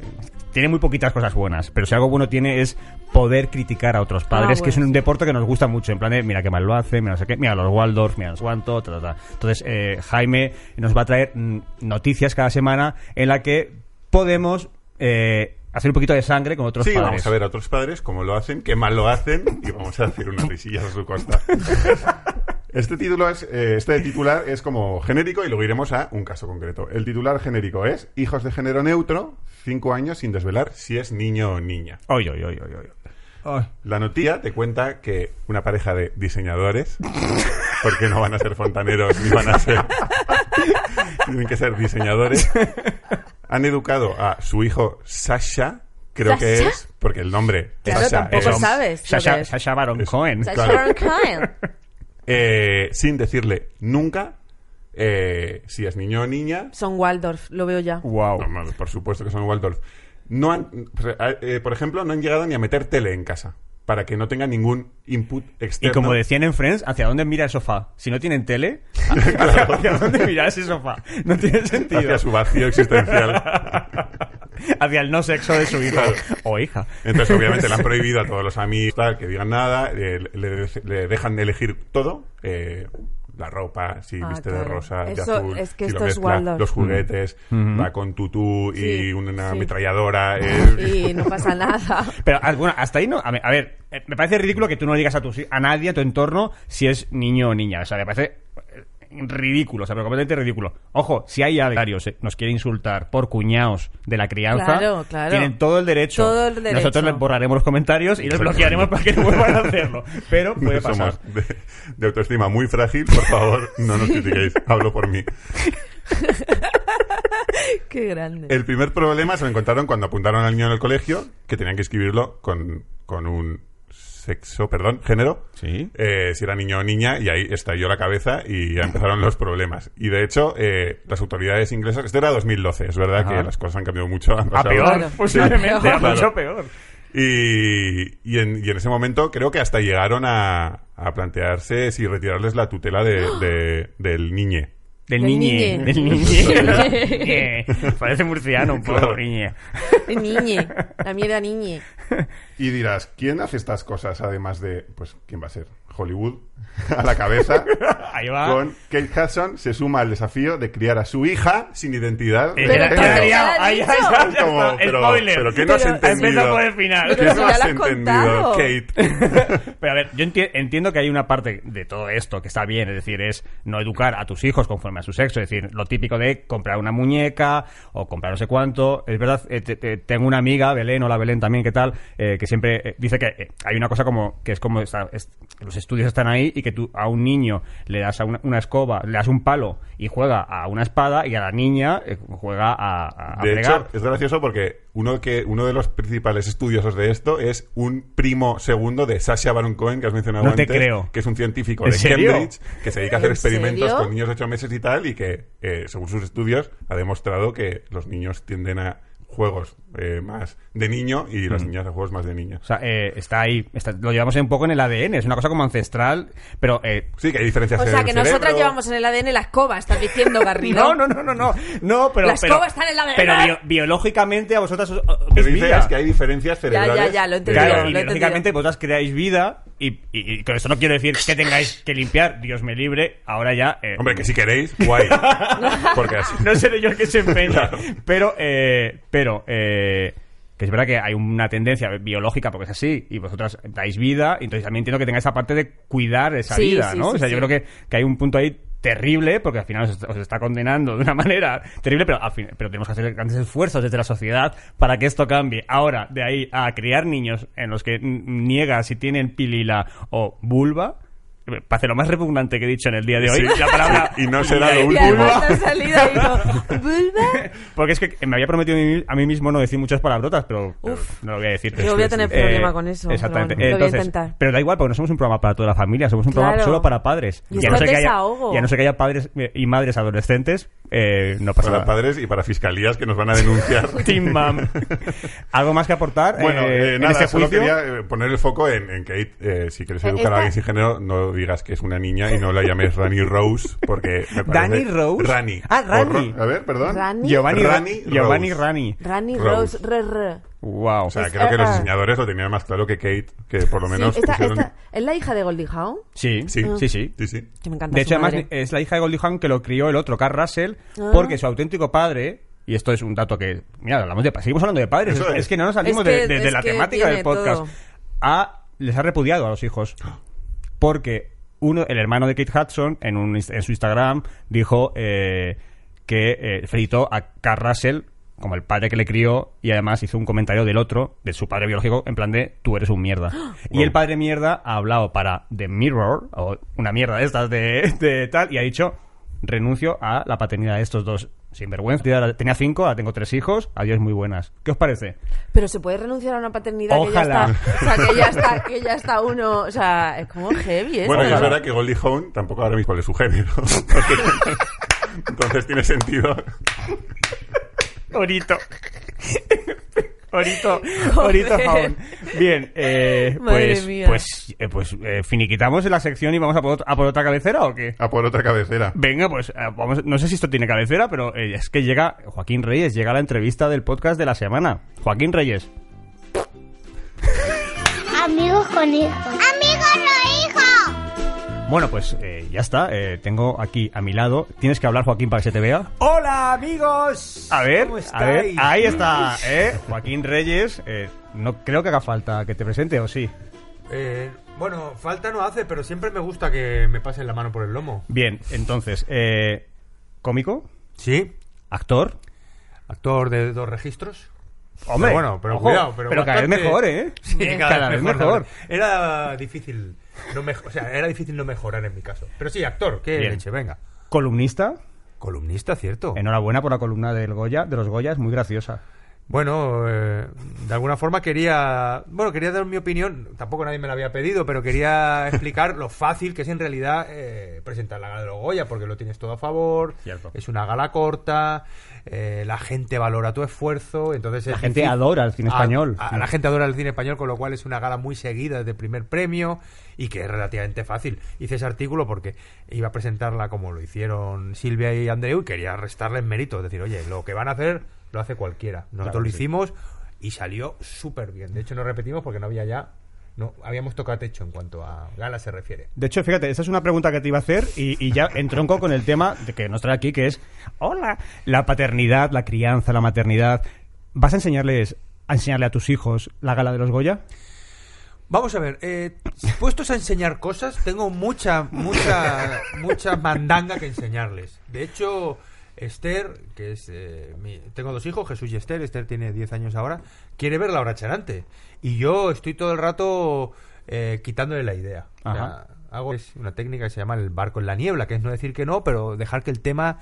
S2: tiene muy poquitas cosas buenas, pero si algo bueno tiene es poder criticar a otros padres,
S3: Ah,
S2: que es
S3: bueno,
S2: un deporte que nos gusta mucho, en plan de, mira qué mal lo hace, mira no sé qué, mira los Waldorf, mira los cuanto, ta, ta, ta. Entonces, eh, Jaime nos va a traer mm, noticias cada semana en la que podemos eh, hacer un poquito de sangre con otros
S4: Sí,
S2: padres.
S4: vamos a ver a otros padres cómo lo hacen, qué mal lo hacen y vamos a hacer unas risillas a su costa. Este título es, eh, este titular es como genérico y luego iremos a un caso concreto. El titular genérico es Hijos de género neutro, cinco años sin desvelar si es niño o niña.
S2: Oy, oy, oy, oy, oy.
S4: La noticia te cuenta que una pareja de diseñadores, porque no van a ser fontaneros ni van a ser. tienen que ser diseñadores, han educado a su hijo Sasha, creo que
S3: ¿Sasha?
S4: es, porque el nombre
S3: Claro,
S4: Sasha
S3: tampoco
S4: es-
S3: sabes lo que
S2: Sasha,
S3: es.
S2: Sasha Baron
S4: Es-
S2: Cohen.
S3: Sasha
S4: claro.
S3: Baron Cohen.
S4: eh, sin decirle nunca eh, si es niño o niña.
S3: Son Waldorf, lo veo ya.
S2: Wow.
S4: No, mames, por supuesto que son Waldorf. No han, eh, por ejemplo, no han llegado ni a meter tele en casa para que no tenga ningún input
S2: Y
S4: externo.
S2: como decían en Friends, ¿hacia dónde mira el sofá? Si no tienen tele, ¿hacia, hacia dónde mira ese sofá? No tiene sentido.
S4: hacia su vacío existencial.
S2: Hacia el no sexo de su hijo
S4: Claro.
S2: o hija.
S4: Entonces, obviamente, le han prohibido a todos los amigos tal, que digan nada, eh, le, le dejan elegir todo. eh, la ropa, si
S3: Ah,
S4: viste de
S3: claro.
S4: rosa, de
S3: Eso-
S4: azul,
S3: es que
S4: si lo
S3: esto es
S4: mezcla,
S3: Waldorf.
S4: los juguetes, va con tutú y
S3: Sí,
S4: una
S3: sí.
S4: ametralladora. eh,
S3: Y no pasa nada.
S2: Pero ah, bueno, hasta ahí no. A ver, a ver, eh, me parece ridículo que tú no le digas a, tus- a nadie, a tu entorno, si es niño o niña. O sea, me parece eh, ridículo, o sea, pero completamente ridículo. Ojo, si hay alguien que nos quiere insultar por cuñados de la crianza,
S3: Claro, claro.
S2: tienen todo el derecho.
S3: Todo el derecho.
S2: Nosotros les borraremos los comentarios y les bloquearemos para que no vuelvan a hacerlo. Pero puede pasar.
S4: Pues Somos de, de autoestima muy frágil, por favor, no nos critiquéis, hablo por mí.
S3: Qué grande.
S4: El primer problema se lo encontraron cuando apuntaron al niño en el colegio, que tenían que escribirlo con, con un sexo, perdón, género.
S2: Sí.
S4: Eh, si era niño o niña, y ahí estalló la cabeza y ya empezaron los problemas. Y de hecho, eh, las autoridades inglesas, esto era 2012, es verdad
S2: Ajá.
S4: que las cosas han cambiado mucho. han
S2: A Ah,
S4: pasado-
S2: peor,
S3: Claro.
S2: pues
S4: Sí,
S2: obviamente, a
S4: claro.
S2: mucho peor.
S4: Y, y en, y en ese momento creo que hasta llegaron a, a plantearse si retirarles la tutela de, de- del niñe.
S2: Del
S3: Del
S2: niñe.
S3: niñe.
S2: Del niñe. Niñe. Parece murciano un poco,
S4: Claro.
S2: niñe.
S3: Niñe, la mierda niñe.
S4: Y dirás, ¿quién hace estas cosas además de, pues, quién va a ser? Hollywood a la cabeza.
S2: Ahí va.
S4: Con Kate Hudson se suma al desafío de criar a su hija sin identidad. de
S2: Eh, ya la-
S4: género.
S2: ya la he liado. Ahí
S3: Pero-
S2: ya está,
S4: Es
S2: ya
S4: como,
S2: está.
S4: pero-
S2: Spoiler.
S4: pero ¿qué no has
S3: Pero-
S4: entendido?
S2: Empezó por el final.
S4: ¿Qué
S3: Pero si
S4: no
S3: ya
S4: has
S3: lo has contado.
S4: entendido, Kate?
S2: Pero a ver, yo enti- entiendo que hay una parte de todo esto que está bien, es decir, es no educar a tus hijos conforme a su sexo, es decir, lo típico de comprar una muñeca o comprar no sé cuánto. Es verdad, eh, te- te- tengo una amiga, Belén, hola Belén también, ¿qué tal? Eh, que siempre eh, dice que eh, hay una cosa como que es como está- es- los estudios están ahí y que tú a un niño le das a una, una escoba, le das un palo y juega a una espada y a la niña eh, juega a, a, a
S4: De
S2: fregar.
S4: hecho, es gracioso porque uno, que, uno de los principales estudiosos de esto es un primo segundo de Sasha Baron Cohen, que has mencionado
S2: No te
S4: antes,
S2: creo.
S4: que es un científico
S2: ¿En
S4: de
S2: serio?
S4: Cambridge, que se dedica a hacer
S3: ¿En
S4: experimentos
S3: serio?
S4: con niños de 8 meses y tal, y que, eh, según sus estudios, ha demostrado que los niños tienden a juegos eh, más de niño y las niñas a juegos más de niño.
S2: Mm. O sea, eh, está ahí, está- lo llevamos un poco en el ADN, es una cosa como ancestral, pero eh,
S4: Sí, que hay diferencias
S3: O
S4: en
S3: sea
S4: el
S3: que
S4: cerebro.
S3: nosotras llevamos en el ADN la escoba, estás diciendo Garrido.
S2: No, no, no, no, no. No, pero.
S3: La escoba
S2: pero-
S3: está en el ADN.
S2: Pero bio- biológicamente a vosotras os, os-
S4: Lo
S2: os
S4: que dice
S2: vida.
S4: es que hay diferencias cerebrales.
S3: ya, lo he
S4: de-
S3: entendido,
S2: Claro, y
S3: lo he entendido.
S2: biológicamente vosotras creáis vida y, y- y con eso no quiero decir que tengáis que limpiar, Dios me libre, ahora ya. eh,
S4: Hombre, que si queréis, guay. Porque así.
S2: No seré yo el que se empeña.
S4: Claro.
S2: Pero, eh, pero, eh, que es verdad que hay una tendencia biológica porque es así y vosotras dais vida, y entonces también entiendo que tengáis esa parte de cuidar esa
S3: Sí,
S2: vida,
S3: sí,
S2: ¿no?
S3: sí,
S2: o sea, yo
S3: sí.
S2: creo que, que hay un punto ahí terrible porque al final os, os está condenando de una manera terrible, pero, al fin- pero tenemos que hacer grandes esfuerzos desde la sociedad para que esto cambie. Ahora, de ahí a criar niños en los que n- niegas si tienen pilila o vulva. eh, Parece lo más repugnante que he dicho en el día de hoy.
S4: Sí,
S2: la palabra
S4: sí, y no será lo
S3: Y
S4: último.
S3: además te ha salido y digo, ¿vulva?
S2: porque es que me había prometido a mí- a mí mismo no decir muchas palabrotas, pero pero no lo voy a decir.
S3: Yo voy a tener
S2: Eh,
S3: problema con eso.
S2: Exactamente.
S3: pero bueno, lo voy a
S2: Entonces,
S3: intentar.
S2: pero da igual, porque no somos un programa para toda la familia, somos un programa
S3: Claro.
S2: solo para padres.
S3: Y es
S2: a no
S3: un
S2: ser que haya,
S3: desahogo.
S2: y a no ser que haya padres eh, y madres adolescentes, eh, no pasa
S4: Para
S2: nada.
S4: padres y para fiscalías que nos van a denunciar.
S2: Team Mom. ¿Algo más que aportar?
S4: Bueno,
S2: eh,
S4: eh,
S2: en
S4: nada,
S2: este
S4: solo
S2: juicio?
S4: quería eh, poner el foco en, en Kate. eh, si quieres
S3: Eh,
S4: educar a
S3: esta-
S4: alguien sin género, no digas que es una niña y no la llames Rani Rose, porque me parece...
S2: ¿Dani Rose?
S4: Rani.
S2: Ah, Rani.
S4: O Ro- A ver, perdón.
S3: Rani.
S2: Giovanni
S4: Rani
S2: Rani.
S4: Rose.
S2: Giovanni Rani.
S3: Rani Rose,
S4: Rose.
S3: re, re.
S2: Wow.
S4: O sea,
S3: Es
S4: creo que los
S3: ella.
S4: diseñadores lo tenían más claro que Kate, que por lo
S3: Sí,
S4: menos
S3: esta-
S4: pusieron-
S3: esta- Ah. ¿Es la hija de Goldie Hawn?
S2: sí, sí, sí, sí.
S4: Sí, sí.
S3: Que me encanta
S2: De
S3: su
S2: hecho, además, eh,
S3: madre.
S2: es la hija de Goldie Hawn que lo crió el otro, Carl Russell,
S3: Ah.
S2: porque su auténtico padre, y esto es un dato que, mira, hablamos de, pa- seguimos hablando de padres, es,
S4: Eso es.
S2: es que no nos salimos
S3: Es que-
S2: de, de- de
S3: es
S2: la
S3: que
S2: temática del
S3: tiene
S2: podcast,
S3: todo.
S2: Ha- les ha repudiado a los hijos, porque uno, el hermano de Kate Hudson, en, un ins- en su Instagram, dijo eh, que eh, felicitó a Carl Russell como el padre que le crió y además hizo un comentario del otro, de su padre biológico, en plan de tú eres un mierda. Y
S4: Wow.
S2: el padre de mierda ha hablado para The Mirror, o una mierda de estas de, de tal, y ha dicho, renuncio a la paternidad de estos dos. Sinvergüenza. Yo ahora Tenía cinco, ahora tengo tres hijos, adiós, muy buenas. ¿Qué os parece?
S3: Pero se puede renunciar a una paternidad
S2: Ojalá.
S3: que ya está. O sea, que ya está, que ya está uno. O sea, es como heavy esto.
S4: Bueno, y es
S2: Ojalá.
S4: verdad que Goldie Hawn tampoco ahora mismo cuál es su género. Entonces tiene sentido.
S2: Orito. Orito, Orito
S3: Joder.
S2: Jaón. Bien, eh,
S3: Madre
S2: pues,
S3: mía.
S2: pues, eh, pues eh, finiquitamos la sección y vamos a por, ot- a por otra cabecera o qué?
S4: A por otra cabecera.
S2: Venga, pues eh, vamos, no sé si esto tiene cabecera, pero eh, es que llega Joaquín Reyes, llega la entrevista del podcast de la semana. Joaquín Reyes.
S5: Amigos con hijos. Amigos no hijos.
S2: Bueno, pues eh, ya está. eh, tengo aquí a mi lado. Tienes que hablar, Joaquín, para que se te vea.
S6: Hola amigos.
S2: A ver,
S6: ¿Cómo
S2: a ver.
S6: estáis?
S2: Ahí está, ¿eh? Joaquín Reyes. eh, no creo que haga falta que te presente, ¿o sí?
S6: Eh, bueno, falta no hace, pero siempre me gusta que me pasen la mano por el lomo.
S2: Bien, entonces, eh, cómico,
S6: Sí.
S2: actor.
S6: Actor de dos registros.
S2: Hombre,
S6: Pero bueno, pero
S2: ojo,
S6: cuidado, pero
S2: cada vez
S6: bastante-
S2: mejor, ¿eh?
S6: Sí, cada, vez mejor.
S2: mejor.
S6: Era difícil, no mejo- o sea, era difícil no mejorar en mi caso. Pero sí, actor, qué
S2: Bien.
S6: leche, venga.
S2: Columnista.
S6: Columnista, cierto.
S2: Enhorabuena por la columna del Goya, de los Goyas, muy graciosa.
S6: Bueno, eh, de alguna forma quería, bueno, quería dar mi opinión, tampoco nadie me la había pedido, pero quería explicar lo fácil que es en realidad eh, presentar la gala de los Goya, porque lo tienes todo a favor,
S4: Cierto.
S6: es una gala corta, eh, la gente valora tu esfuerzo, entonces
S2: La
S6: es
S2: gente
S6: difícil-
S2: adora el cine
S6: a-
S2: español.
S6: a- a la gente adora el cine español, con lo cual es una gala muy seguida desde el primer premio y que es relativamente fácil. Hice ese artículo porque iba a presentarla como lo hicieron Silvia y Andreu y quería restarles mérito. Es decir, oye, lo que van a hacer lo hace cualquiera. Nosotros
S2: Claro
S6: lo
S2: que sí.
S6: hicimos y salió súper bien. De hecho, no repetimos porque no había ya. No, habíamos tocado techo en cuanto a gala se refiere.
S2: De hecho, fíjate, esa es una pregunta que te iba a hacer y, y ya entronco con el tema de que nos trae aquí, que es, hola, la paternidad, la crianza, la maternidad. ¿Vas a enseñarles a enseñarle a tus hijos la gala de los Goya?
S6: Vamos a ver, eh, puestos a enseñar cosas, tengo mucha, mucha, mucha mandanga que enseñarles. De hecho, Esther, que es. eh, mi- tengo dos hijos, Jesús y Esther, Esther tiene 10 años ahora, quiere ver la hora charante. Y yo estoy todo el rato eh, quitándole la idea. O sea,
S2: Ajá.
S6: hago es una técnica que se llama el barco en la niebla, que es no decir que no, pero dejar que el tema.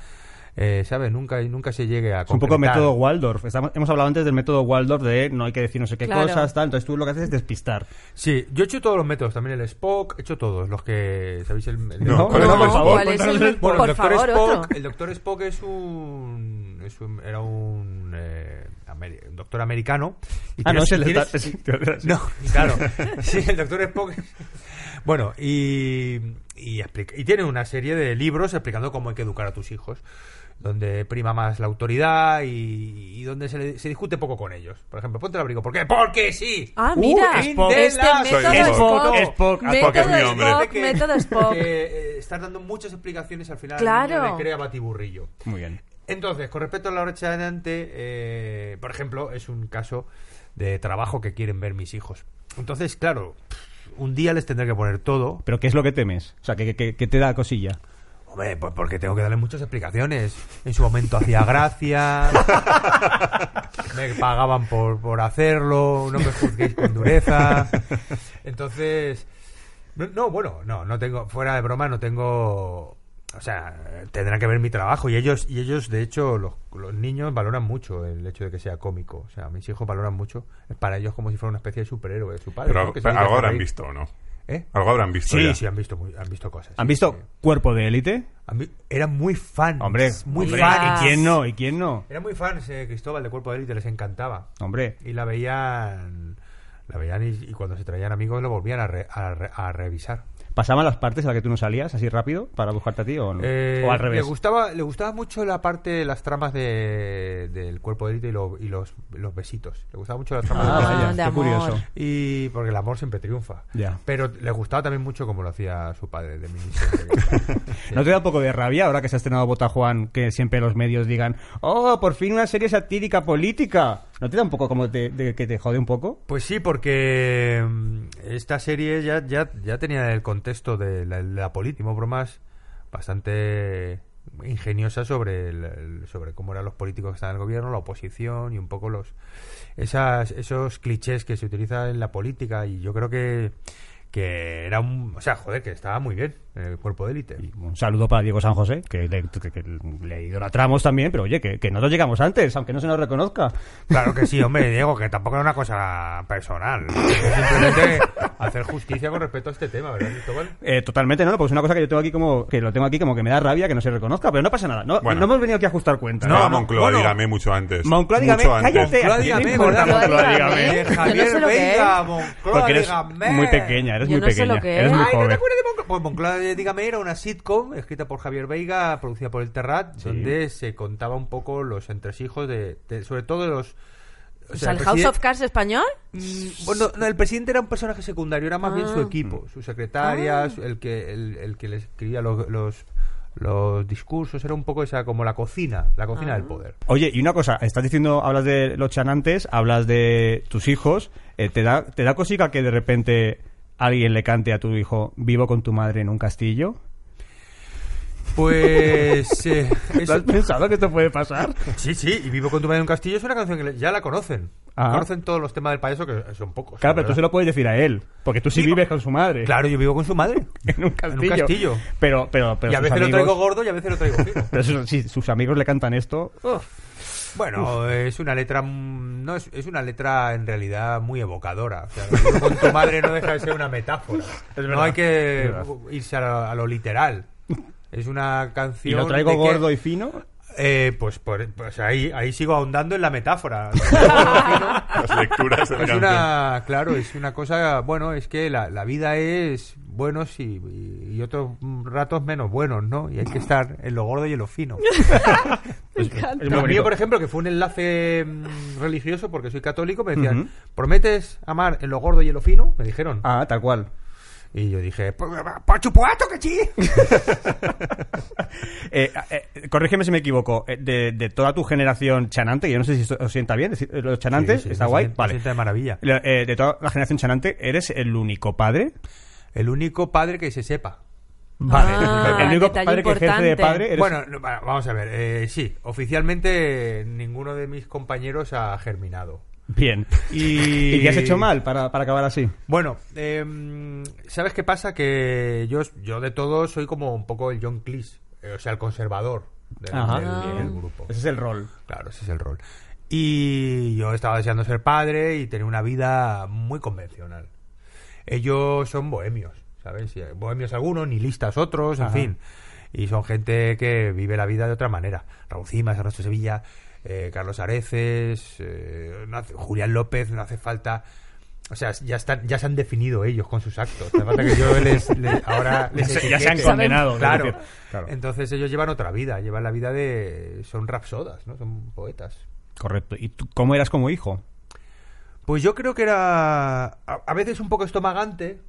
S6: Eh, ¿Sabes? Nunca, nunca se llegue a.
S2: Es un poco
S6: concretar.
S2: método Waldorf. Estamos- hemos hablado antes del método Waldorf de no hay que decir no sé qué
S3: Claro.
S2: cosas, tal. Entonces tú lo que haces es despistar.
S6: Sí, yo he hecho todos los métodos, también el Spock, he hecho todos los que. ¿Sabéis el.? el-
S4: No, ¿cuál es el
S3: No,
S4: por favor,
S3: ¿cuál es el-
S4: cuéntanos.
S6: Bueno,
S3: por
S6: el doctor
S3: favor,
S6: Spock,
S3: otro.
S2: eh,
S6: el Dr. Spock es un, es un- era un, eh, ameri- un doctor americano. Y
S2: Ah, no,
S6: tienes-
S2: es el de
S6: tienes-
S2: esta- sí, te iba a decir así.
S6: No, claro. sí, el doctor Spock. Bueno, y, y, explica- y tiene una serie de libros explicando cómo hay que educar a tus hijos, donde prima más la autoridad y, y donde se, le- se discute poco con ellos. Por ejemplo, ponte el abrigo. ¿Por qué? Porque sí. Uh,
S3: Ah, mira,
S6: Spock.
S3: este
S6: Soy
S3: método
S4: Spock.
S3: Spock,
S2: Spock,
S4: Spock es mi
S3: método
S4: hombre.
S3: Spock,
S6: que-
S3: método Spock.
S6: que, eh, estás dando muchas explicaciones al final
S3: Claro.
S6: le crea batiburrillo.
S2: Muy bien.
S6: Entonces, con respecto a la brecha de Dante, eh, por ejemplo, es un caso de trabajo que quieren ver mis hijos. Entonces, claro, un día les tendré que poner todo.
S2: Pero ¿qué es lo que temes? O sea, que, que- que te da cosilla.
S6: Hombre, pues porque tengo que darle muchas explicaciones. En su momento hacía gracia. me pagaban por, por hacerlo. No me juzguéis con dureza. Entonces. No, no, bueno, no, no tengo. Fuera de broma, no tengo. O sea, tendrán que ver mi trabajo. Y ellos, y ellos de hecho, los, los niños valoran mucho el hecho de que sea cómico. O sea, mis hijos valoran mucho. Es para ellos como si fuera una especie de superhéroe de su padre.
S4: Pero,
S6: ¿no? Que se
S4: pero
S6: dedica a
S4: algo
S6: hacer
S4: habrán
S6: reír.
S4: visto, ¿o ¿no?
S6: ¿Eh?
S4: Algo habrán visto
S6: Sí,
S4: ya.
S6: sí, han visto, muy- han visto cosas.
S2: ¿Han
S6: sí,
S2: visto
S6: sí.
S2: Cuerpo de Élite?
S6: A mí eran muy fans.
S2: Hombre,
S6: muy
S2: hombre,
S6: fans.
S2: ¿y quién no? ¿Y quién no?
S6: Eran muy fans, eh, Cristóbal, de Cuerpo de Élite, les encantaba.
S2: Hombre,
S6: Y la veían. La veían y, y cuando se traían amigos lo volvían a, re- a re- a revisar.
S2: ¿pasaban las partes a las que tú no salías así rápido para buscarte a ti o, no?
S6: Eh,
S2: Mm. o al
S6: Le
S2: revés?
S6: gustaba, le gustaba mucho la parte, las tramas de, del Cuerpo de Élite y, lo- y los, los besitos. Le gustaba mucho las tramas
S2: Ah,
S6: de
S2: vaya,
S3: de
S2: qué
S3: amor.
S2: curioso.
S6: Y porque el amor siempre triunfa.
S2: Ya.
S6: Pero le gustaba también mucho como lo hacía su padre de mí.
S2: ¿No te da un poco de rabia ahora que se ha estrenado Bota Juan, que siempre los medios digan, oh, por fin una serie satírica política? ¿No te da un poco como te- de- que te jode un poco?
S6: Pues sí, porque mm, esta serie ya, ya, ya tenía el contexto de la, la política, hicimos bromas bastante ingeniosas sobre, el- el- sobre cómo eran los políticos que están en el gobierno, la oposición y un poco los esas, esos clichés que se utilizan en la política y yo creo que, que era un... O sea, joder, que estaba muy bien en el cuerpo de élite.
S2: Y Un saludo para Diego San José, que le, que- que le idolatramos también, pero oye, que, que nosotros llegamos antes, aunque no se nos reconozca.
S6: Claro que sí, hombre, Diego, que tampoco era una cosa personal. Simplemente hacer justicia con respecto a este tema, ¿verdad, Cristóbal?
S2: Eh, totalmente, no, no, porque es una cosa que yo tengo aquí como, que lo tengo aquí como que me da rabia que no se reconozca, pero no pasa nada, no,
S4: Bueno.
S2: no hemos venido aquí a ajustar cuentas.
S4: No,
S2: Claro,
S4: Moncloa,
S6: Bueno,
S4: dígame mucho antes.
S2: Moncloa, dígame,
S4: Mucho antes.
S2: cállate.
S6: Moncloa,
S2: ¿a ti te
S6: dígame,
S2: importa
S6: ¿verdad?
S3: Moncloa, dígame?
S6: Eh,
S3: Yo no
S6: Javier,
S3: sé lo que
S6: venga,
S3: es.
S6: Moncloa,
S2: Porque eres
S6: dígame.
S2: muy pequeña, eres
S3: Yo
S2: muy
S3: no sé
S2: pequeña,
S3: lo que
S2: eres
S3: es.
S2: muy
S6: Ay, ¿no te
S2: joven.
S6: acuerdas de Moncloa? Pues Moncloa, eh, dígame, era una sitcom escrita por Javier Veiga, producida por El Terrat, donde se contaba un poco los entresijos de, de- sobre todo de los... o
S3: O
S6: sea,
S3: sea,
S6: el
S3: el Pues House
S6: presiden-
S3: of Cards español.
S6: Mm, Bueno, no, el presidente era un personaje secundario, era más bien
S3: Ah.
S6: su
S2: Mm.
S6: equipo, su secretaria, su- el que el, el que le escribía los, los los discursos, era un poco esa como la cocina, la cocina
S3: Ah.
S6: del poder.
S2: Oye, y una cosa, estás diciendo, hablas de los chanantes, hablas de tus hijos, eh, ¿te, da, ¿te da cosica que de repente alguien le cante a tu hijo, vivo con tu madre en un castillo?
S6: Pues eh,
S2: ¿Lo has
S6: eso-
S2: pensado que esto puede pasar?
S6: Sí, sí, y Vivo con tu madre en un castillo es una canción que le- ya la conocen.
S2: Ah.
S6: Conocen todos los temas del payaso, que son pocos.
S2: Claro,
S6: la
S2: pero tú se
S6: verdad.
S2: lo puedes decir a él, porque tú sí vives con su madre.
S6: Claro, yo vivo con su madre.
S2: En un castillo.
S6: castillo.
S2: Pero, pero, pero
S6: y a
S2: sus
S6: veces lo
S2: amigos-
S6: traigo gordo y a veces lo traigo fino.
S2: Pero sus- si sus amigos le cantan esto.
S6: Bueno, es una letra mm, no es, es una letra en realidad muy evocadora. O sea, lo que con tu madre no deja de ser una metáfora. no hay que irse a lo, a lo literal. Es una
S2: Y
S6: canción.
S2: lo traigo
S6: de que-
S2: gordo y fino.
S6: Eh, pues, por- pues ahí, ahí sigo ahondando en la metáfora.
S4: Las lecturas de la
S6: Es
S4: canción.
S6: una, claro, es una cosa, bueno, es que la, la vida es buenos y, y otros ratos menos buenos, ¿no? Y hay que estar en lo gordo y en lo fino.
S2: Es muy
S6: Lo mío,
S2: bonito.
S6: por ejemplo, que fue un enlace mm, religioso, porque soy católico, me decían,
S2: Ujú.
S6: ¿prometes amar en lo gordo y en lo fino? Me dijeron.
S2: Ah, tal cual.
S6: Y yo dije, "Por- por supuesto que sí.
S2: Eh, eh, corrígeme si me equivoco. eh, de, de toda tu generación chanante, que yo no sé si esto os sienta bien, decir, eh, los chanantes,
S6: Sí, sí,
S2: está
S6: se
S2: guay.
S6: siente- se
S2: vale.
S6: siente de maravilla.
S2: La- eh, de toda la generación chanante, ¿eres el único padre?
S6: El único padre que se sepa.
S3: Ah,
S2: el único
S3: detalle
S2: padre que ejerce de
S3: importante.
S2: padre eres.
S6: Bueno, no, va- vamos a ver, eh, sí, oficialmente ninguno de mis compañeros ha germinado.
S2: bien. ¿Y, qué has hecho mal para, para acabar así?
S6: Bueno, em, ¿sabes qué pasa? Que yo, yo de todo soy como un poco el John Cleese, eh, o sea, el conservador del,
S2: Ajá.
S6: del- del Ah. grupo.
S2: Ese es el rol.
S6: Claro, ese es el rol. Y yo estaba deseando ser padre y tener una vida muy convencional. Ellos son bohemios, ¿sabes? Y, eh, Bohemios algunos, nihilistas otros, en
S2: Ajá.
S6: fin. Y son gente que vive la vida de otra manera. Raúl Cimas, Ernesto Sevilla, eh, Carlos Areces, eh, no hace- Julián López, no hace falta... O sea, ya, están, ya se han definido ellos con sus actos. No hace falta que yo les, les- ahora les
S2: Ya se- ya se han
S6: etiquete.
S2: condenado,
S6: Claro.
S2: quiero decir. Claro.
S6: Entonces ellos llevan otra vida, llevan la vida de... Son rapsodas, ¿no? Son poetas.
S2: Correcto. ¿Y tú cómo eras como hijo?
S6: Pues yo creo que era a, a veces un poco estomagante,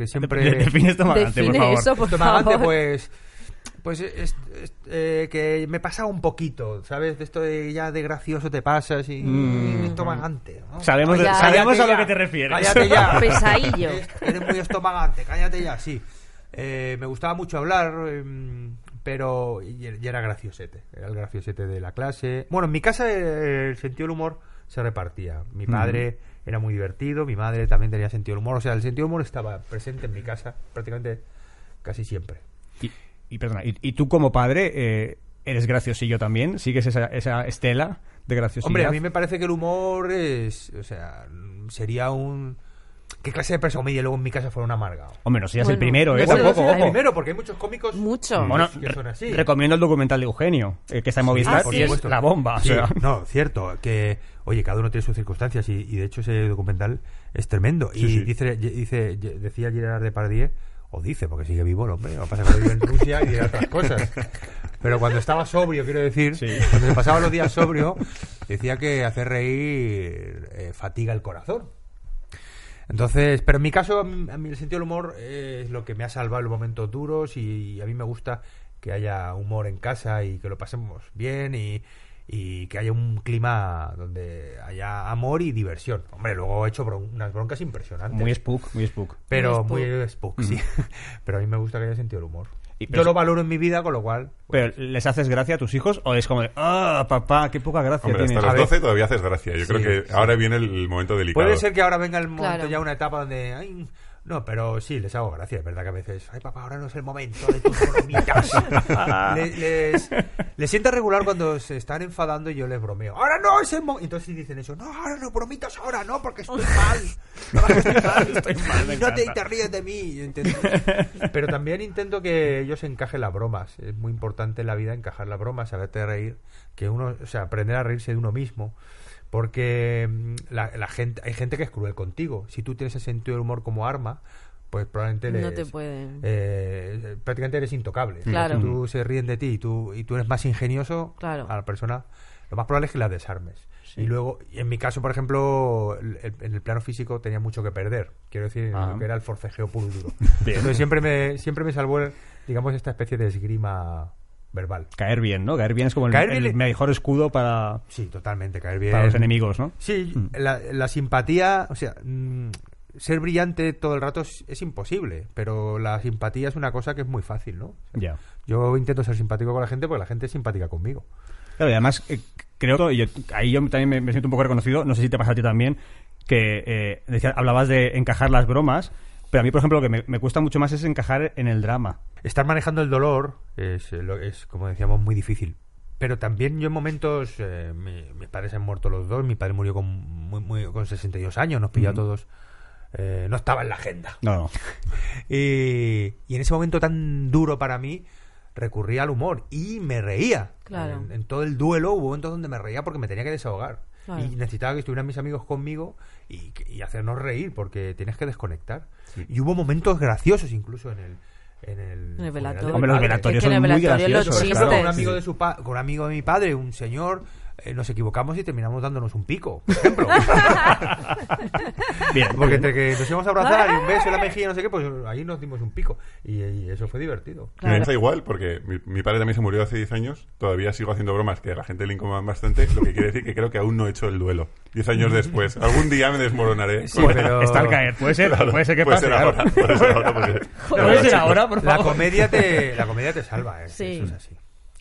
S2: De-
S6: siempre...
S2: Define esto más adelante, por
S3: Define
S2: favor.
S3: eso, por
S6: estomagante,
S3: favor.
S6: pues... Pues es- es- eh, que me pasaba un poquito, ¿sabes? De esto de ya de gracioso te pasas y
S3: Mm.
S6: estomagante. ¿no?
S2: Sabemos,
S3: Ya.
S2: sabemos a
S6: Cállate
S2: lo
S6: ya,
S2: que te refieres.
S6: Cállate ya.
S3: Pesadillo.
S6: Es- Eres muy estomagante, cállate ya, sí. Eh, me gustaba mucho hablar, eh, pero y y era graciosete. Era el graciosete de la clase. Bueno, en mi casa eh, el sentido del humor se repartía. Mi padre era muy divertido, mi madre también tenía sentido del humor. O sea, el sentido del humor estaba presente en mi casa prácticamente casi siempre.
S2: Y, y perdona, y, y tú como padre eh, eres graciosillo también, sigues esa, esa estela de graciosidad.
S6: Hombre, a mí me parece que el humor es. O sea, sería un. ¿Qué clase de persona media luego en mi casa fuera un amargado?
S2: Hombre, no seas el
S3: Bueno,
S2: primero,
S3: no
S2: ¿eh?
S3: seas
S2: Tampoco,
S3: el
S2: ojo.
S6: Primero, porque hay muchos cómicos.
S3: Mucho.
S2: Bueno,
S6: que son así.
S2: re- recomiendo el documental de Eugenio, eh, que está en Movistar,
S3: por
S2: y es
S6: Ah, supuesto.
S2: la bomba. o
S6: Sí,
S2: sea.
S6: No, cierto, que oye, cada uno tiene sus circunstancias y, y de hecho ese documental es tremendo. y
S4: sí.
S6: dice, dice, decía Gerard Depardieu, o dice, porque sigue vivo el hombre, lo que pasa es que ahora vive en Rusia y dirá otras cosas. Pero cuando estaba sobrio, quiero decir,
S2: Sí.
S6: cuando se pasaba los días sobrio, decía que hacer reír eh, fatiga el corazón. Entonces, pero en mi caso, a mí, a mí el sentido del humor eh, es lo que me ha salvado en los momentos duros y, a mí me gusta que haya humor en casa y que lo pasemos bien y, y que haya un clima donde haya amor y diversión. Hombre, luego he hecho bron- unas broncas impresionantes.
S2: Muy spook, muy spook.
S6: pero muy spook, sí. pero a mí me gusta que haya sentido el humor.
S2: Y-
S6: Yo lo valoro en mi vida, con lo cual...
S2: Pero, ¿les haces gracia a tus hijos o es como de, ah, papá, qué poca gracia
S4: Hombre, hasta
S2: tienes?
S4: las
S6: ver.
S4: 12 todavía haces gracia. Yo
S6: Sí,
S4: creo que
S6: sí.
S4: ahora viene el, el momento delicado.
S6: Puede ser que ahora venga el momento
S3: Claro.
S6: ya una etapa donde ay, no, pero sí, les hago gracia, es verdad que a veces, ay papá, ahora no es el momento de tus bromitas. Le- les, les sienta regular cuando se están enfadando y yo les bromeo. Ahora no es el momento. Entonces dicen eso, no, ahora no bromitas, ahora no, porque estoy mal. estoy mal.
S2: me
S6: no te,
S2: encanta.
S6: te ríes de mí. ¿entiendes? Pero también intento que ellos encajen las bromas. Es muy importante en la vida encajar las bromas, saberte reír, que uno, o sea, aprender a reírse de uno mismo. Porque mm, la, la gente, hay gente que es cruel contigo. Si tú tienes ese sentido del humor como arma, pues probablemente
S3: No
S6: les-
S3: te pueden.
S6: eh, prácticamente eres intocable.
S3: Claro.
S6: Si tú se ríen de ti y tú, y tú eres más ingenioso,
S3: Claro.
S6: a la persona lo más probable es que la desarmes. Y luego, y en mi caso, por ejemplo, el- el- en el plano físico tenía mucho que perder. Quiero decir, en lo
S2: Ajá.
S6: que era el forcejeo puro y duro. Entonces siempre me, siempre me salvó, digamos, esta especie de esgrima verbal.
S2: Caer bien, ¿no? Caer bien es como el,
S6: Caer bien
S2: el
S6: es-
S2: mejor escudo para,
S6: Sí, totalmente, caer bien.
S2: para los enemigos, ¿no?
S6: Sí, la, la simpatía, o sea, mm, ser brillante todo el rato es, es imposible, pero la simpatía es una cosa que es muy fácil, ¿no?
S2: Ya.
S6: Yo intento ser simpático con la gente porque la gente es simpática conmigo.
S2: Claro, y además eh, creo, y yo, ahí yo también me, me siento un poco reconocido, no sé si te pasa a ti también, que eh, decía- hablabas de encajar las bromas, pero a mí, por ejemplo, lo que me, me cuesta mucho más es encajar en el drama.
S6: Estar manejando el dolor es, eh, lo- es, como decíamos, muy difícil. Pero también yo en momentos, eh, mi- mis padres han muerto los dos, mi padre murió con, muy, muy- con 62 años, nos pilló a todos, eh, no estaba en la agenda.
S2: No, no.
S6: Y, Eh, y en ese momento tan duro para mí, recurría al humor y me reía.
S3: Claro.
S6: En, en todo el duelo hubo momentos donde me reía porque me tenía que desahogar.
S3: Claro.
S6: Y necesitaba que estuvieran mis amigos conmigo y, que- y hacernos reír porque tienes que desconectar. Y hubo momentos graciosos incluso en el... En el,
S3: En el
S6: funeral de
S3: velatorio.
S6: mi
S2: Hombre, los
S6: padre.
S2: velatorios
S3: Es que en
S2: son
S3: el
S2: muy
S3: velatorio los
S2: graciosos.
S6: Por
S3: chistes.
S6: ejemplo, con un
S2: claro.
S6: amigo de su pa- con un amigo de mi padre, un señor, eh, nos equivocamos y terminamos dándonos un pico, por ejemplo.
S2: Bien,
S6: Porque
S2: bien.
S6: entre que nos íbamos a abrazar y un beso en la mejilla, no sé qué, pues ahí nos dimos un pico. Y, y eso fue divertido.
S4: Me
S3: Claro.
S4: piensa igual, porque mi, mi padre también se murió hace 10 años, todavía sigo haciendo bromas que a la gente le incomodan bastante, lo que quiere decir que creo que aún no he hecho el duelo. 10 años después, algún día me desmoronaré.
S6: Sí,
S4: Con-
S6: pero-
S2: Está al caer, puede ser,
S4: Claro,
S2: puede ser que
S4: puede
S2: pase.
S4: ser
S2: claro.
S4: ahora, puede ser ahora, porque-
S2: Puede ser ahora, por
S6: La
S2: favor.
S6: comedia te, la comedia te salva, eh,
S3: Sí.
S6: eso es así.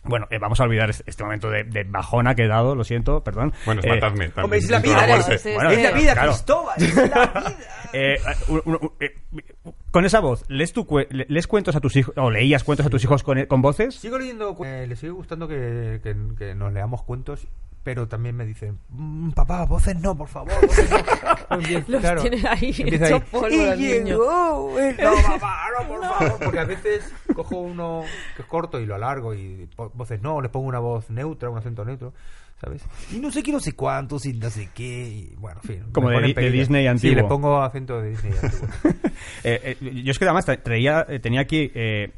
S2: Bueno, eh, vamos a olvidar es- este momento de, de bajona que he dado, lo siento, perdón.
S4: Bueno, es
S2: Eh,
S4: matarme. también.
S6: Hombre, es la
S4: No,
S6: vida,
S4: muerte.
S3: eh, sí.
S2: Bueno,
S3: Es la
S2: eh,
S3: vida,
S2: claro.
S6: Cristóbal, es la vida.
S2: Eh, un- un- un- eh, con esa voz, ¿lees, tu cue- le- lees cuentos a tus hijos o leías cuentos a tus hijos con, con voces?
S6: Sigo leyendo, cu- eh, le sigue gustando que, que, que nos leamos cuentos, pero también me dicen, "Mm, papá, voces no, por favor. voces no". Pues Empie-
S3: Los tiene ahí eh,
S6: empieza
S3: hecho polvo
S6: "Y
S3: al
S6: llegó
S3: niño".
S6: el- No, papá, no, por favor. Porque a veces cojo uno que es corto y lo alargo y po- voces no, le pongo una voz neutra, un acento neutro. ¿Sabes? Y no sé qué, no sé cuántos, y no sé qué. y bueno, en fin.
S2: Como
S6: me
S2: de
S6: ponen
S2: Di- de
S6: perillas.
S2: Disney
S6: Sí,
S2: antiguo.
S6: le pongo acento de Disney antiguo.
S2: Eh, eh, yo es que además tra- traía, eh, tenía aquí. eh,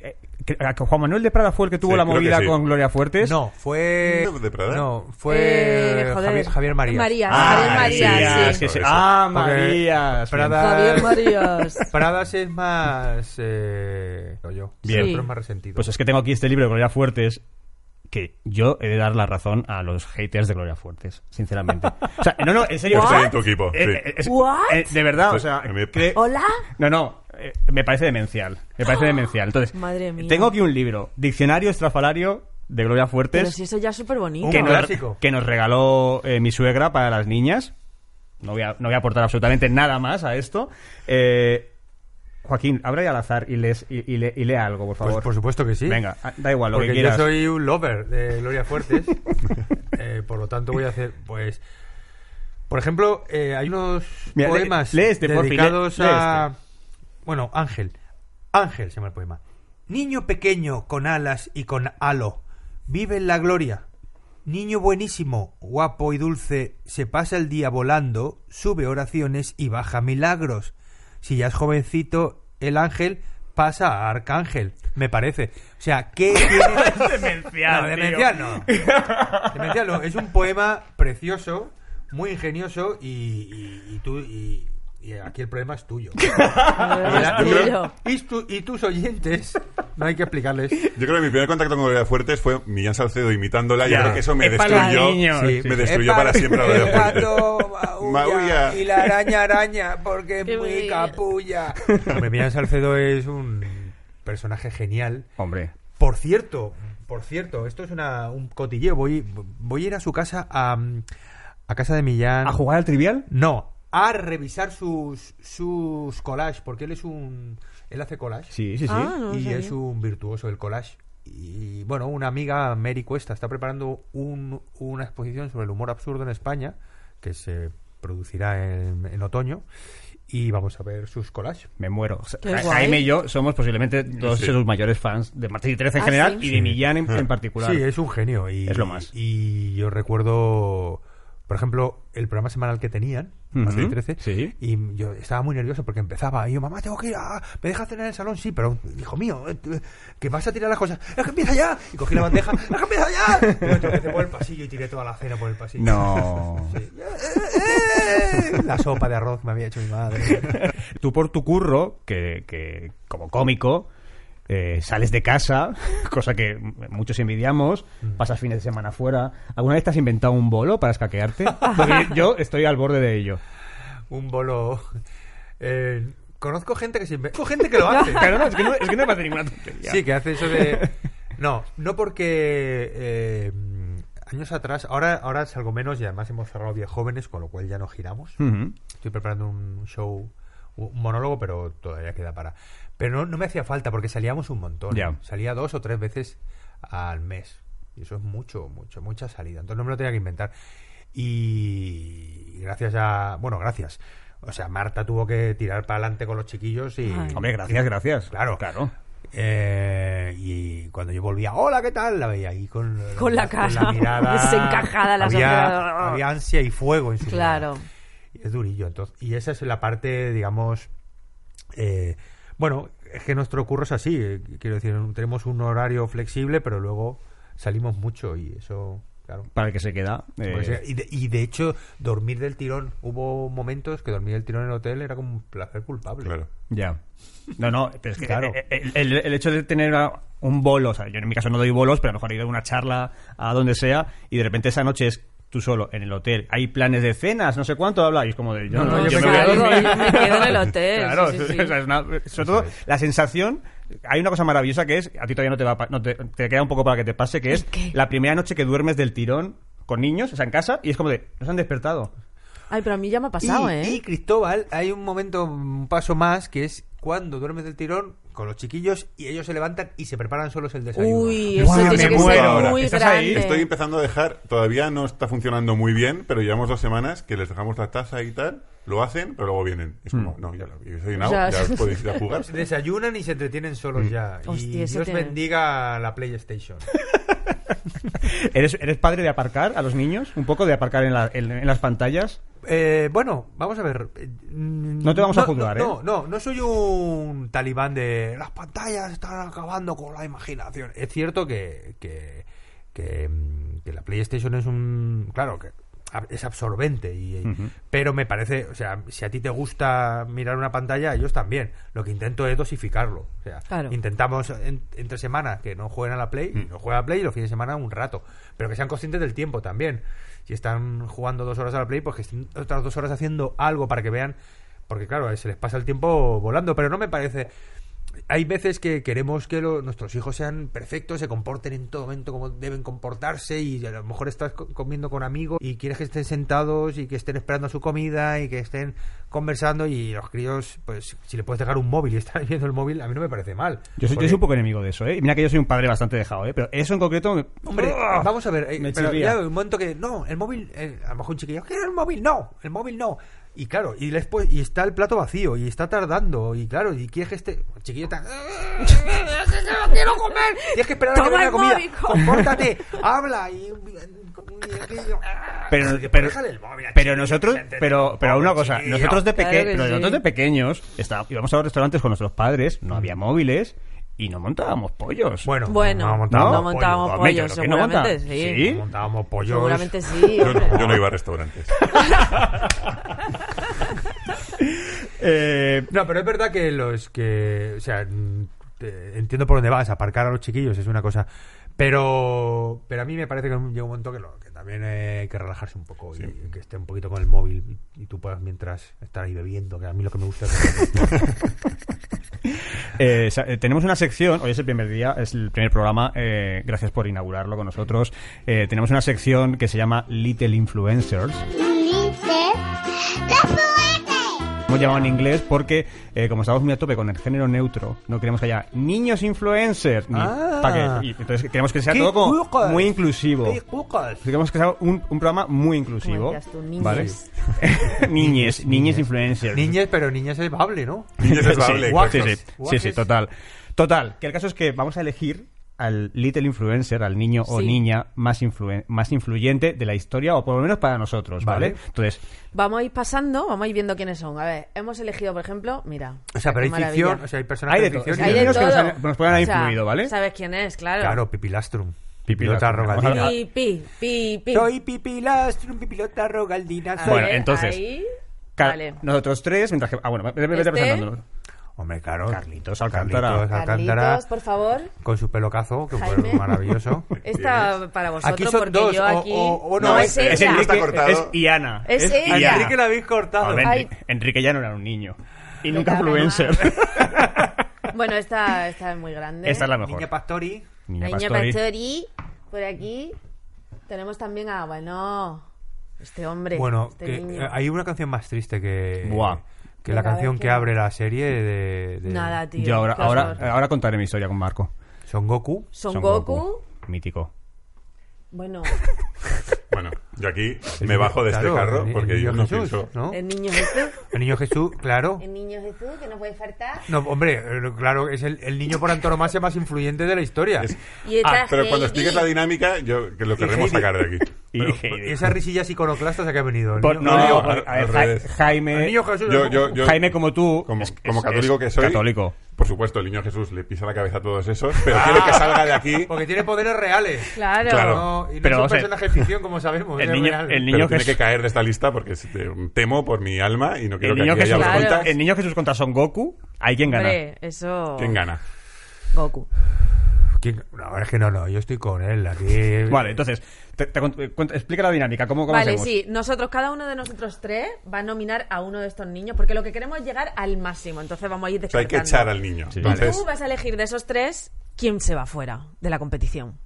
S2: eh, que- a que Juan Manuel de Prada fue el que tuvo
S4: Sí,
S2: la
S4: creo que
S2: movida
S4: sí.
S2: con Gloria Fuertes.
S6: No, fue.
S4: ¿De Prada?
S6: No, fue.
S3: Eh, joder.
S6: Javier, Javier María.
S3: Marías,
S2: Ah,
S3: Javier Marías,
S2: sí,
S3: sí.
S4: sí.
S2: sí. Ah,
S6: Porque
S2: Marías.
S6: Prada-
S3: Javier Marías.
S6: Paradas es más. Eh, o yo.
S3: Bien.
S6: El otro es más resentido.
S2: Pues es que tengo aquí este libro de Gloria Fuertes que yo he de dar la razón a los haters de Gloria Fuertes, sinceramente. O sea, no, no, en serio.
S4: Yo estoy
S2: o sea,
S4: en tu equipo,
S2: eh,
S4: sí.
S2: eh, es-
S3: What?
S2: eh, de verdad, o
S4: Estoy-
S2: sea,
S4: a mí-
S2: cre-
S3: ¿Hola?
S2: no, no, eh, me parece demencial, me parece demencial. Entonces,
S3: Madre mía.
S2: tengo aquí un libro, Diccionario Estrafalario de Gloria Fuertes
S3: Pero si eso ya es súper bonito.
S2: que,
S6: Un
S2: nos,
S6: clásico.
S2: que nos regaló eh, mi suegra para las niñas. No voy, a, no voy a aportar absolutamente nada más a esto. Eh, Joaquín, abra ahí al azar y, lees, y, y le- y lea algo, por
S6: Pues,
S2: favor.
S6: por supuesto que sí.
S2: Venga, a- da igual, lo
S6: Porque
S2: que quieras.
S6: yo soy un lover de Gloria Fuertes. Eh, por lo tanto, voy a hacer. Pues. Por ejemplo, eh, hay unos
S2: Mira, lee-
S6: poemas
S2: lee este, porfi, lee-
S6: dedicados
S2: lee este.
S6: a. Bueno, Ángel. Ángel se llama el poema. Niño pequeño con alas y con halo. Vive en la gloria. Niño buenísimo, guapo y dulce, se pasa el día volando, sube oraciones y baja milagros. Si ya es jovencito, el ángel pasa a arcángel, me parece. O sea, ¿qué tiene...
S2: Demencial, tío.
S6: No, demencial no. Demencial no. Es un poema precioso, muy ingenioso y, y- y tú... y- y aquí el problema es tuyo.
S3: Ah,
S6: Y la-
S3: tío.
S6: y, tu- y tus oyentes, no hay que explicarles.
S4: Yo creo que mi primer contacto con Gloria Fuertes fue Millán Salcedo imitándola. Yo
S2: Ya.
S4: creo que eso me
S2: Es para
S4: destruyó.
S2: niños.
S4: Sí,
S6: Sí.
S4: Me destruyó para siempre a Gloria Fuertes. Maulla.
S6: la araña araña porque es
S3: Qué muy bien.
S6: capulla. Hombre, Millán Salcedo es un personaje genial.
S2: Hombre.
S6: Por cierto, por cierto, esto es una, un cotilleo. Voy, voy a ir a su casa a, mm, a casa de Millán.
S2: ¿A jugar al trivial?
S6: No, a revisar sus sus collages porque él es un él hace collage
S2: Sí, sí, sí.
S3: Ah, no lo
S6: y
S3: sabía.
S6: es un virtuoso del collage. Y bueno, una amiga, Mary Cuesta, está preparando un- una exposición sobre el humor absurdo en España que se producirá en, en otoño y vamos a ver sus collages.
S2: Me muero. O sea,
S3: Qué
S2: Ja-
S3: guay.
S2: Jaime y yo somos posiblemente dos de sus mayores fans de Martín y 13 en
S3: Ah,
S2: general
S3: sí.
S2: y de Millán en, en particular.
S6: Ah. Sí, es un genio. Y,
S2: Es lo más.
S6: Y yo recuerdo, por ejemplo, el programa semanal que tenían,
S2: Ujú.
S6: Martes y 13,
S2: Sí.
S6: y yo estaba muy nervioso porque empezaba. Y yo, mamá, tengo que ir. ah, ¿Me dejas cenar en el salón? Sí, pero, hijo mío, eh, tú, eh, que vas a tirar las cosas. ¡Es que empieza ya! Y cogí la bandeja. ¡Es que empieza ya! Y me tropecé por el pasillo y tiré toda la cena por el pasillo.
S2: No.
S6: Sí. Eh, eh, eh. La sopa de arroz que me había hecho mi madre.
S2: Tú por tu curro, que, que como cómico, eh, sales de casa, cosa que m- muchos envidiamos, pasas fines de semana fuera. ¿Alguna vez te has inventado un bolo para escaquearte? Porque yo estoy al borde de ello.
S6: Un bolo. eh, conozco gente que se inve- Conozco gente que lo hace.
S2: Pero no, es que no, es que no me parece ninguna tontería.
S6: Sí, que hace eso de. No, no porque eh, años atrás, ahora, ahora salgo menos y además hemos cerrado bien jóvenes, con lo cual ya no giramos.
S2: Ujú.
S6: Estoy preparando un show, un monólogo, pero todavía queda para. Pero no, no me hacía falta porque salíamos un montón.
S2: Ya.
S6: Salía dos o tres veces al mes. Y eso es mucho, mucho, mucha salida. Entonces no me lo tenía que inventar. Y gracias a. Bueno, gracias. O sea, Marta tuvo que tirar para adelante con los chiquillos y.
S3: Ay.
S2: Hombre, gracias, gracias.
S6: Claro.
S2: Claro.
S6: Eh, y cuando yo volvía, hola, ¿qué tal? La veía ahí con,
S3: Con la cara
S6: mirada.
S3: desencajada, la
S6: había,
S3: sonrisa.
S6: había ansia y fuego en su
S3: Claro.
S6: mirada. Y Es durillo. Entonces, y esa es la parte, digamos. eh, bueno, es que nuestro curro es así. eh, Quiero decir, tenemos un horario flexible, pero luego salimos mucho y eso, claro.
S2: Para el que se queda. eh,
S6: Pues, eh, y, de, y de hecho, dormir del tirón. Hubo momentos que dormir del tirón en el hotel era como un placer culpable.
S4: Claro.
S2: Ya. No, no, pero es que
S6: Claro.
S2: eh, eh, el, el hecho de tener a- un bolo, o sea, yo en mi caso no doy bolos, pero a lo mejor he ido a una charla a donde sea y de repente esa noche es tú solo en el hotel. Hay planes de cenas, no sé cuánto habla y es como de yo,
S3: No,
S2: no,
S3: no,
S2: yo
S3: yo
S2: me voy a
S3: salgo,
S2: dormir.
S3: yo me quedo en el hotel,
S2: Claro,
S3: sí, sí, sí.
S2: o sea, es una- sobre todo la sensación hay una cosa maravillosa que es a ti todavía no te va a pa- no te, te queda un poco para que te pase que es
S3: qué?
S2: la primera noche que duermes del tirón con niños, o sea, en casa y es como de nos han despertado.
S3: Ay, pero a mí ya me ha pasado,
S6: y,
S3: ¿eh?
S6: y, Cristóbal, hay un momento, un paso más, que es cuando duermes del tirón con los chiquillos y ellos se levantan y se preparan solos el desayuno.
S3: Uy, eso
S2: Guau,
S3: tiene
S2: me
S3: que
S2: muero
S3: ser
S4: ahora.
S3: muy
S2: ¿Estás ahí?
S3: grande.
S4: Estoy empezando a dejar, todavía no está funcionando muy bien, pero llevamos dos semanas que les dejamos la taza y tal, lo hacen, pero luego vienen. Es como, no, ya lo habéis desayunado,
S3: O sea,
S4: ya os podéis ir a jugar.
S6: Se Desayunan y se entretienen solos ya. y
S3: Mm. Hostia,
S6: Dios
S3: eso tiene-
S6: bendiga la PlayStation.
S2: ¿Eres, ¿Eres padre de aparcar a los niños? ¿Un poco de aparcar en, la- en- en las pantallas?
S6: Eh, bueno, vamos a ver. eh, mm,
S2: No te vamos a juzgar,
S6: no,
S2: ¿eh?
S6: No, no, no soy un talibán de las pantallas están acabando con la imaginación. Es cierto que, que, que, mm, que la PlayStation es un... Claro, que ab- es absorbente, y, y- pero me parece, o sea, si a ti te gusta mirar una pantalla, ellos también. Lo que intento es dosificarlo. O sea,
S3: Claro.
S6: intentamos en- entre semana que no jueguen a la Play, y no jueguen a la Play y los fines de semana un rato, pero que sean conscientes del tiempo también. Si están jugando dos horas a la Play, pues que estén otras dos horas haciendo algo para que vean, porque claro, se les pasa el tiempo volando, pero no me parece... Hay veces que queremos que lo- nuestros hijos sean perfectos, se comporten en todo momento como deben comportarse y a lo mejor estás co- comiendo con amigos y quieres que estén sentados y que estén esperando su comida y que estén conversando y los críos, pues si le puedes dejar un móvil y estar viendo el móvil, a mí no me parece mal.
S2: Yo soy, yo
S6: Porque-
S2: soy un poco enemigo de eso, ¿eh? Mira que yo soy un padre bastante dejado, ¿eh? Pero eso en concreto... me-
S6: Hombre,
S2: ¡Uah!
S6: vamos a ver, eh,
S2: Me
S6: pero
S2: chirría.
S6: ya hay un momento que no, el móvil, eh, a lo mejor un chiquillo, "Quiero el móvil? No, el móvil no. Y claro, y después y está el plato vacío y está tardando y claro, y quieres que este el chiquillo está "No quiero comer, tienes que esperar a que
S3: Toma
S6: venga la
S3: el
S6: comida.
S3: móvil, co-
S6: Compórtate, habla y
S2: Pero,
S6: Y
S2: pero,
S6: "Ah". déjale el móvil
S2: pero
S6: al chiquillo,
S2: nosotros,
S6: gente,
S2: pero, pero
S6: pobre
S2: una cosa,
S6: chiquillo.
S2: nosotros de, peque-
S3: Claro que
S2: pero
S3: sí.
S2: nosotros de pequeños está- íbamos a los restaurantes con nuestros padres, no había móviles y no montábamos pollos.
S6: bueno,
S3: Bueno,
S6: no
S2: ¿No?
S3: no
S6: montábamos
S3: montábamos
S2: pollo.
S3: pollo,
S2: Hombre, yo creo que no monta.
S3: seguramente sí.
S2: Sí.
S6: pollo, montábamos pollos.
S3: Seguramente sí.
S4: Yo
S3: hombre.
S4: no, yo no iba a restaurantes.
S2: Eh,
S6: No, pero es verdad que los que. O sea, mm, te- entiendo por dónde vas, aparcar a los chiquillos es una cosa. Pero, pero a mí me parece que llega un momento que, lo- que también eh, hay que relajarse un poco y que esté un poquito con el móvil y, y tú puedas mientras estar ahí bebiendo, que a mí lo que me gusta es.
S2: Eh, sa- eh, tenemos una sección, hoy es el primer día, es el primer programa, eh, gracias por inaugurarlo con nosotros. Eh, tenemos una sección que se llama Little Influencers.
S5: Dice, ¡Qué juguete!
S2: Hemos llamado en inglés porque, eh, como estamos muy a tope con el género neutro, no queremos que haya niños influencers. ni-
S6: Ah.
S2: pa' que- y entonces queremos que sea
S6: ¡Qué
S2: todo como
S6: cucas!
S2: muy inclusivo.
S6: ¡Qué cucas!
S2: Queremos que sea un, un programa muy inclusivo.
S3: Como decías tú, niñes.
S2: niñes, niñes influencers.
S6: Niñas, pero niñas es bable, ¿no?
S4: Niños es bable,
S2: sí,
S4: cosas.
S2: sí, sí, sí,
S6: Guajes.
S2: sí, total. Total, que el caso es que vamos a elegir al little influencer, al niño o
S3: Sí.
S2: niña más, influen- más influyente de la historia, o por lo menos para nosotros, ¿vale?
S6: Vale.
S2: Entonces,
S3: Vamos a ir pasando, vamos a ir viendo quiénes son. A ver, hemos elegido, por ejemplo, mira.
S6: O sea, pero
S3: qué
S6: hay ficción,
S3: maravilla.
S6: o sea, hay personajes
S2: hay de
S6: de
S2: todo.
S6: ficción.
S3: Hay
S6: y
S3: de
S2: niños que nos,
S3: todo.
S2: han- nos pueden haber
S3: O sea,
S2: influido, ¿vale?
S3: Sabes quién es, claro.
S6: Claro, Pipilastrum.
S2: Pipilastrum.
S6: Pipilota rogadina.
S3: Pi, pi, pi, pi.
S6: Soy Pipilastrum, Pipilota rogaldina.
S3: A
S6: soy-
S2: Bueno,
S3: ver,
S2: entonces,
S3: ahí.
S2: Ca-
S3: Vale.
S2: Nosotros tres, mientras que... Ah, bueno, vete, vete
S3: Este.
S2: presentándonos.
S6: Hombre, claro.
S2: Carlitos Alcántara.
S6: Carlitos Alcántara.
S3: Carlitos, por favor.
S6: con su pelo cazo, que fue
S3: Jaime.
S6: maravilloso.
S3: Esta para vosotros,
S6: Aquí son
S3: porque
S6: dos,
S3: yo
S6: o-
S3: aquí.
S6: o- o no,
S3: no,
S6: es-
S3: es,
S4: es
S3: ella.
S4: el Está
S2: Enrique-
S4: cortado.
S2: es Iana.
S3: Es ella.
S2: Iana.
S6: Enrique lo habéis cortado.
S2: A ver,
S3: Ay.
S2: Enrique, Enrique ya no era un niño. Y
S3: Me
S2: nunca
S3: cago en
S2: influencer.
S3: Bueno, esta, esta es muy grande.
S2: Esta es la
S6: Niña
S2: mejor.
S6: Pastori.
S3: La
S2: Niña
S3: Niña
S2: Pastori.
S3: Pastori. Por aquí. Tenemos también a, bueno, este hombre.
S6: Bueno,
S3: este
S6: que,
S3: niño.
S6: eh, hay una canción más triste que,
S2: Buah.
S6: que
S3: Venga,
S6: la
S3: a ver,
S6: canción que
S3: ¿quién?
S6: abre la serie de, de
S3: Nada, tío.
S2: Yo ahora,
S3: qué
S2: ahora,
S3: horror.
S2: ahora contaré mi historia con Marco.
S6: eh, Son Goku.
S3: Son,
S2: Son
S3: Goku.
S2: Mítico.
S3: Bueno,
S4: Bueno, yo aquí me bajo de este
S6: Claro,
S4: carro
S2: eh,
S6: el-
S4: porque
S6: el
S4: yo
S6: niño
S4: no
S6: Jesús,
S4: pienso.
S6: ¿no?
S3: el niño Jesús.
S6: El niño Jesús, claro.
S3: El niño Jesús, que no puede faltar.
S4: Ah,
S6: No, hombre, eh, claro, es el, el niño por antonomasia más influyente de la historia.
S4: Es-
S3: Y está
S4: Ah, pero cuando
S3: Heidi.
S4: expliques la dinámica, yo que lo
S6: Y
S4: queremos
S6: Heidi.
S4: sacar de aquí.
S2: Y-
S4: Pero-
S6: ¿Y esas risillas iconoclastas a qué ha venido? El
S2: Por-
S6: niño-
S2: no,
S4: digo,
S2: porque,
S4: al-
S2: a ver,
S4: al
S2: Ja-
S4: revés.
S6: el
S2: Jaime,
S6: niño Jesús.
S4: Yo, yo, yo-
S2: Jaime como tú,
S4: como,
S2: es-
S4: como
S2: es-
S4: católico
S2: es
S4: que soy,
S2: católico. Ah.
S4: por supuesto, el niño Jesús le pisa la cabeza a todos esos, pero quiero que salga de aquí.
S6: Porque tiene poderes reales.
S3: Claro.
S4: Claro.
S6: No, y no
S2: Pero,
S6: es un
S2: o sea,
S6: personaje de ficción, como sabemos.
S2: el
S6: es
S2: niño-
S6: real.
S2: el
S4: Pero
S2: niño
S4: tiene
S2: Jesús-
S4: que caer de esta lista porque es- te- temo por mi alma y no quiero
S2: el niño,
S4: que aquí
S2: Jesús
S4: haya
S3: Claro.
S2: contra,
S4: vuelta.
S2: el niño Jesús contra Son Goku, hay quien gana.
S3: Hombre, eso.
S4: ¿Quién gana?
S3: Goku.
S6: ¿Quién- No, es que no, no, yo estoy con él aquí.
S2: Vale, entonces, te- te cont- cuenta- explica la dinámica, ¿cómo, cómo
S3: Vale,
S2: hacemos?
S3: sí, nosotros, cada uno de nosotros tres va a nominar a uno de estos niños, porque lo que queremos es llegar al máximo, entonces vamos a ir
S4: O sea, hay
S3: descartando.
S4: que echar al niño.
S2: Sí.
S4: Entonces,
S3: Tú vas a elegir de esos tres quién se va fuera de la competición.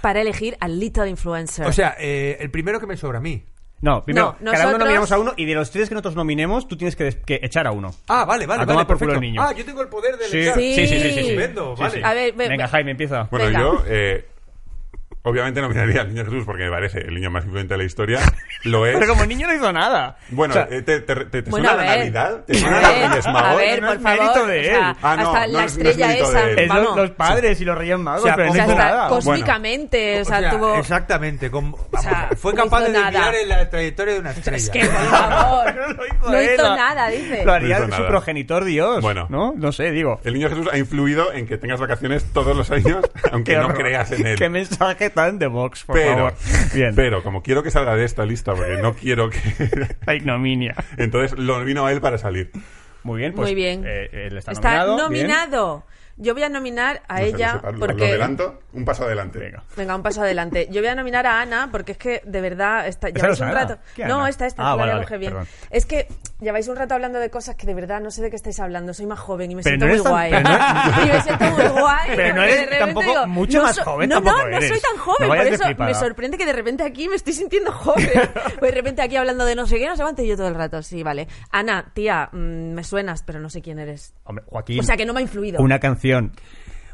S3: Para elegir al Little Influencer.
S6: O sea, eh, el primero que me sobra a mí.
S2: No, primero,
S3: No,
S2: cada uno
S3: nosotros-
S2: nominamos a uno y de los tres que nosotros nominemos, tú tienes que, des- que echar a uno.
S6: Ah, vale, vale,
S2: A
S6: vale,
S2: tomar por culo
S6: perfecto.
S2: el niño.
S6: Ah, yo tengo el poder de
S2: Sí,
S6: elegir.
S3: sí, sí, sí, sí, sí.
S6: Estupendo,
S2: Sí,
S6: vale.
S2: sí.
S3: A ver, ve-
S2: Venga,
S3: ve-
S2: Jaime, empieza.
S4: bueno,
S3: Venga.
S4: yo eh, obviamente nominaría al niño Jesús porque me parece el niño más influyente de la historia. Lo es.
S2: Pero como niño no hizo nada.
S4: Bueno,
S2: O sea,
S4: eh, ¿te, te, te- te
S3: Bueno,
S4: suena
S3: a
S4: la
S3: ver.
S4: Navidad? ¿Te
S3: A
S4: suena
S3: ver,
S4: la Reyes
S3: A
S4: Magos?
S3: ver,
S2: No
S3: por
S2: es
S3: favor.
S2: mérito de
S3: o sea,
S2: él.
S4: Ah, no,
S3: hasta
S4: no
S3: la
S4: es- no es
S3: estrella
S4: mérito de
S3: esa.
S4: él.
S2: es
S3: vamos.
S2: los, los padres y los reyes magos,
S6: O sea,
S2: pero
S3: O
S2: no
S3: sea,
S2: hizo
S3: hasta
S2: nada.
S3: cósmicamente, o sea, tuvo...
S6: Exactamente. como-
S3: sea,
S6: vamos, fue
S3: no
S6: capaz
S3: hizo
S6: de desviar
S3: nada.
S6: en la trayectoria de una estrella.
S3: Es que, por favor,
S2: No
S3: no
S2: lo
S3: hizo,
S2: hizo él, no.
S3: nada, dice.
S2: Lo haría
S4: No hizo
S2: su
S4: nada.
S2: progenitor Dios.
S4: Bueno.
S2: ¿No? No sé, digo.
S4: El niño Jesús ha influido en que tengas vacaciones todos los años, aunque
S2: Qué
S4: no
S2: horror.
S4: creas en él.
S2: Qué mensaje tan de Vox, por
S4: pero,
S2: favor. Bien.
S4: pero como quiero que salga de esta lista, porque no quiero que...
S2: La ignominia.
S4: Entonces lo vino a él para salir.
S2: Muy bien, pues.
S3: Muy bien.
S2: eh, él está,
S3: Está
S2: nominado. bien.
S3: nominado. Yo voy a nominar a
S4: No sé,
S3: ella
S4: lo sepa- lo- Lo
S3: porque...
S4: adelanto, un paso adelante.
S2: Venga.
S3: Venga, un paso adelante. Yo voy a nominar a Ana porque es que de verdad está,
S2: ¿Esa
S3: lleváis
S2: no es
S3: un
S2: Ana?
S3: rato.
S2: ¿Qué
S3: no,
S2: Ana?
S3: esta, esta,
S2: Ah,
S3: ahora
S2: vale,
S3: la
S2: vale,
S3: coge bien.
S2: perdón.
S3: Es que lleváis un rato hablando de cosas que de verdad no sé de qué estáis hablando. Soy más joven y me
S2: Pero
S3: siento
S2: no
S3: muy
S2: eres tan-
S3: guay.
S2: pero no-
S3: y me siento muy guay.
S2: Pero no
S3: porque
S2: eres
S3: de repente
S2: tampoco
S3: digo,
S2: mucho
S3: no
S2: más
S3: so-
S2: joven,
S3: No, no,
S2: tampoco
S3: no soy
S2: eres.
S3: tan joven.
S2: No
S3: por
S2: vayas de
S3: eso me
S2: flipada.
S3: sorprende que de repente aquí me estoy sintiendo joven. O de repente aquí hablando de no sé qué, no sé cuánto y yo todo el rato. Sí, vale. Ana, tía, mm, me suenas, pero no sé quién eres.
S2: Hombre, Joaquín.
S3: O sea, que no me ha influido.
S2: Una canción.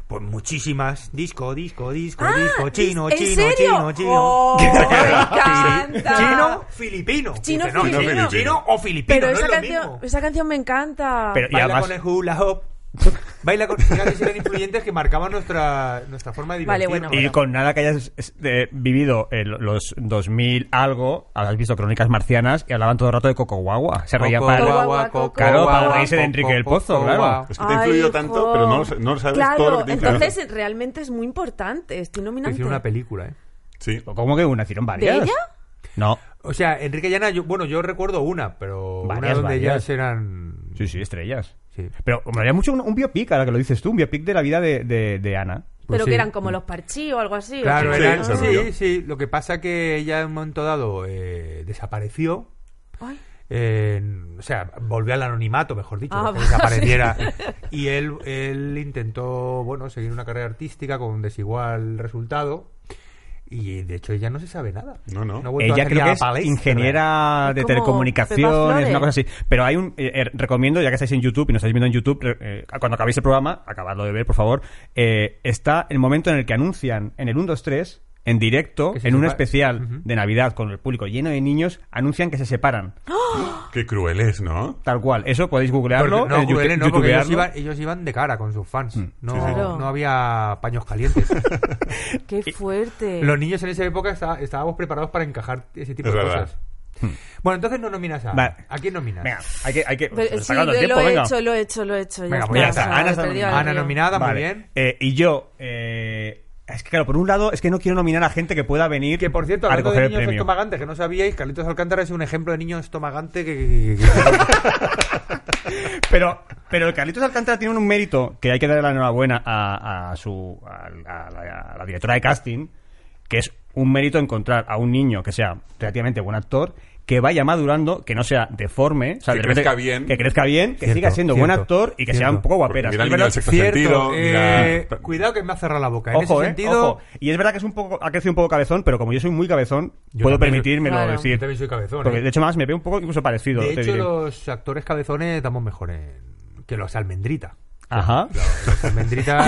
S6: Pues muchísimas. Disco, disco,
S4: Pues
S6: disco,
S3: Ah,
S6: disco. Chino,
S3: ¿en
S6: chino,
S3: serio?
S6: chino, chino.
S3: Oh, me encanta.
S6: chino, filipino.
S3: Chino,
S6: Dice, no,
S3: filipino.
S6: chino, chino o filipino.
S3: Pero
S6: no
S3: esa,
S6: es lo
S3: canción,
S6: mismo.
S3: esa canción me encanta.
S2: Pero- Y
S6: Baila
S2: además-
S6: con el hula hop. Baila con. Fíjate si eran influyentes que marcaban nuestra, nuestra forma de
S3: Vale,
S6: divertirnos.
S3: Ah, bueno,
S2: Y con nada que hayas es- eh, vivido eh, lo- los 2000 algo, has visto Crónicas Marcianas y hablaban todo el rato de Coco Guagua. Se reían para...
S3: Guagua.
S2: Claro, para reírse de Enrique del Pozo, claro.
S4: Es que te ha influido
S3: Ay,
S4: tanto,
S3: hijo.
S4: pero no, lo sa- no lo sabes
S3: claro,
S4: todo lo que te influye.
S3: entonces realmente es muy importante. Estoy nominante.
S6: Hicieron una película, ¿eh?
S4: Sí.
S2: ¿Cómo que una? ¿Hicieron
S3: ¿De
S2: varias?
S3: ella?
S2: No.
S6: O sea, Enrique Llana, yo, bueno, yo recuerdo una, pero
S2: Varias,
S6: una donde ya
S2: varias.
S6: eran...
S2: Sí, sí, estrellas.
S6: Sí.
S2: Pero me haría mucho un, un biopic, ahora que lo dices tú, un biopic de la vida de, de- de Ana.
S3: pero
S6: sí.
S3: que eran como los parchí o algo así.
S6: Claro,
S3: ¿o qué?
S4: Sí,
S6: eran-
S4: se
S6: sí,
S4: rió.
S6: sí, Lo que pasa que ella en un momento dado eh, desapareció.
S3: Ay.
S6: eh, o sea, volvió al anonimato, mejor dicho,
S3: Ah,
S6: no que
S3: vale.
S6: desapareciera. Y él, él intentó, bueno, seguir una carrera artística con desigual resultado. Y de hecho ella no se sabe nada.
S4: No, no.
S6: ha vuelto a
S2: Ella
S6: hacer
S2: creo
S6: ya
S2: que es
S6: palestra.
S2: ingeniera
S3: Es
S2: de
S3: como Pepa
S2: telecomunicaciones,
S3: Flores.
S2: una cosa así. Pero hay un. eh, eh, recomiendo, ya que estáis en YouTube y nos estáis viendo en YouTube, re- eh, cuando acabéis el programa, acabadlo de ver, por favor. eh, está el momento en el que anuncian en el 1, 2, 3, en directo,
S6: Que se
S2: en un
S6: separa-
S2: especial
S6: Ujú.
S2: de Navidad con el público lleno de niños, anuncian que se separan.
S3: ¡Ah!
S4: Oh, Qué cruel es, ¿no?
S2: Tal cual. Eso podéis
S6: Porque-
S2: googlearlo,
S6: no,
S2: eh,
S6: crueles
S2: youtube-
S6: no, porque ellos
S2: youtubearlo. Mm,
S6: iban, ellos iban de cara con sus fans. No,
S4: sí, sí.
S3: Claro.
S6: no había paños calientes.
S3: Qué fuerte.
S6: Los niños en esa época está- estábamos preparados para encajar ese tipo
S4: Es
S6: de
S4: verdad.
S6: cosas. Bueno, entonces no nominas a.
S2: Mm. Vale.
S6: ¿A quién nominas?
S2: Venga, hay que. Hay que
S3: Pero-
S2: está
S3: sí,
S2: acabando el
S3: lo
S2: tiempo,
S3: he
S2: venga.
S3: hecho, lo he hecho, lo he hecho.
S6: Venga,
S2: pues ya está.
S3: o sea,
S2: Ana está
S3: he perdido
S6: Ana
S3: el río.
S6: nominada, muy
S2: Vale.
S6: bien.
S2: Eh, y yo, eh, es que claro, por un lado, es que no quiero nominar a gente que pueda venir
S6: Que por cierto,
S2: a
S6: hablando
S2: recoger
S6: de
S2: el
S6: niños
S2: premio.
S6: estomagantes que no sabíais, Carlitos Alcántara es un ejemplo de niño estomagante que. que- que- que-
S2: Pero, pero el Carlitos Alcántara tiene un mérito que hay que darle la enhorabuena a, a su, a, a la, a la directora de casting, que es un mérito encontrar a un niño que sea relativamente buen actor, que vaya madurando, que no sea deforme, o sea,
S4: Que
S2: de repente-
S4: crezca bien.
S2: que crezca bien, que
S6: Cierto,
S2: siga siendo buen
S6: cierto,
S2: actor y que sea
S6: cierto.
S2: un poco
S4: Porque
S2: guapera.
S4: mira
S2: Es
S4: el niño
S2: verdad-
S4: del sexto
S6: Cierto,
S4: sentido.
S6: eh,
S4: mira-
S6: cuidado que me ha cerrado la boca. En
S2: Ojo,
S6: ese
S2: eh,
S6: sentido,
S2: ojo. Y es verdad que es un poco, ha crecido un poco cabezón, pero como yo soy muy cabezón,
S6: Yo
S2: puedo
S6: también soy-
S2: permitírmelo
S3: Claro.
S2: decir.
S6: Yo también soy cabezón,
S2: Porque
S6: eh.
S2: de hecho más me veo un poco incluso parecido.
S6: de
S2: te
S6: hecho,
S2: diré.
S6: los actores cabezones damos mejor en- que los almendrita.
S2: Ajá.
S6: Los almendritas.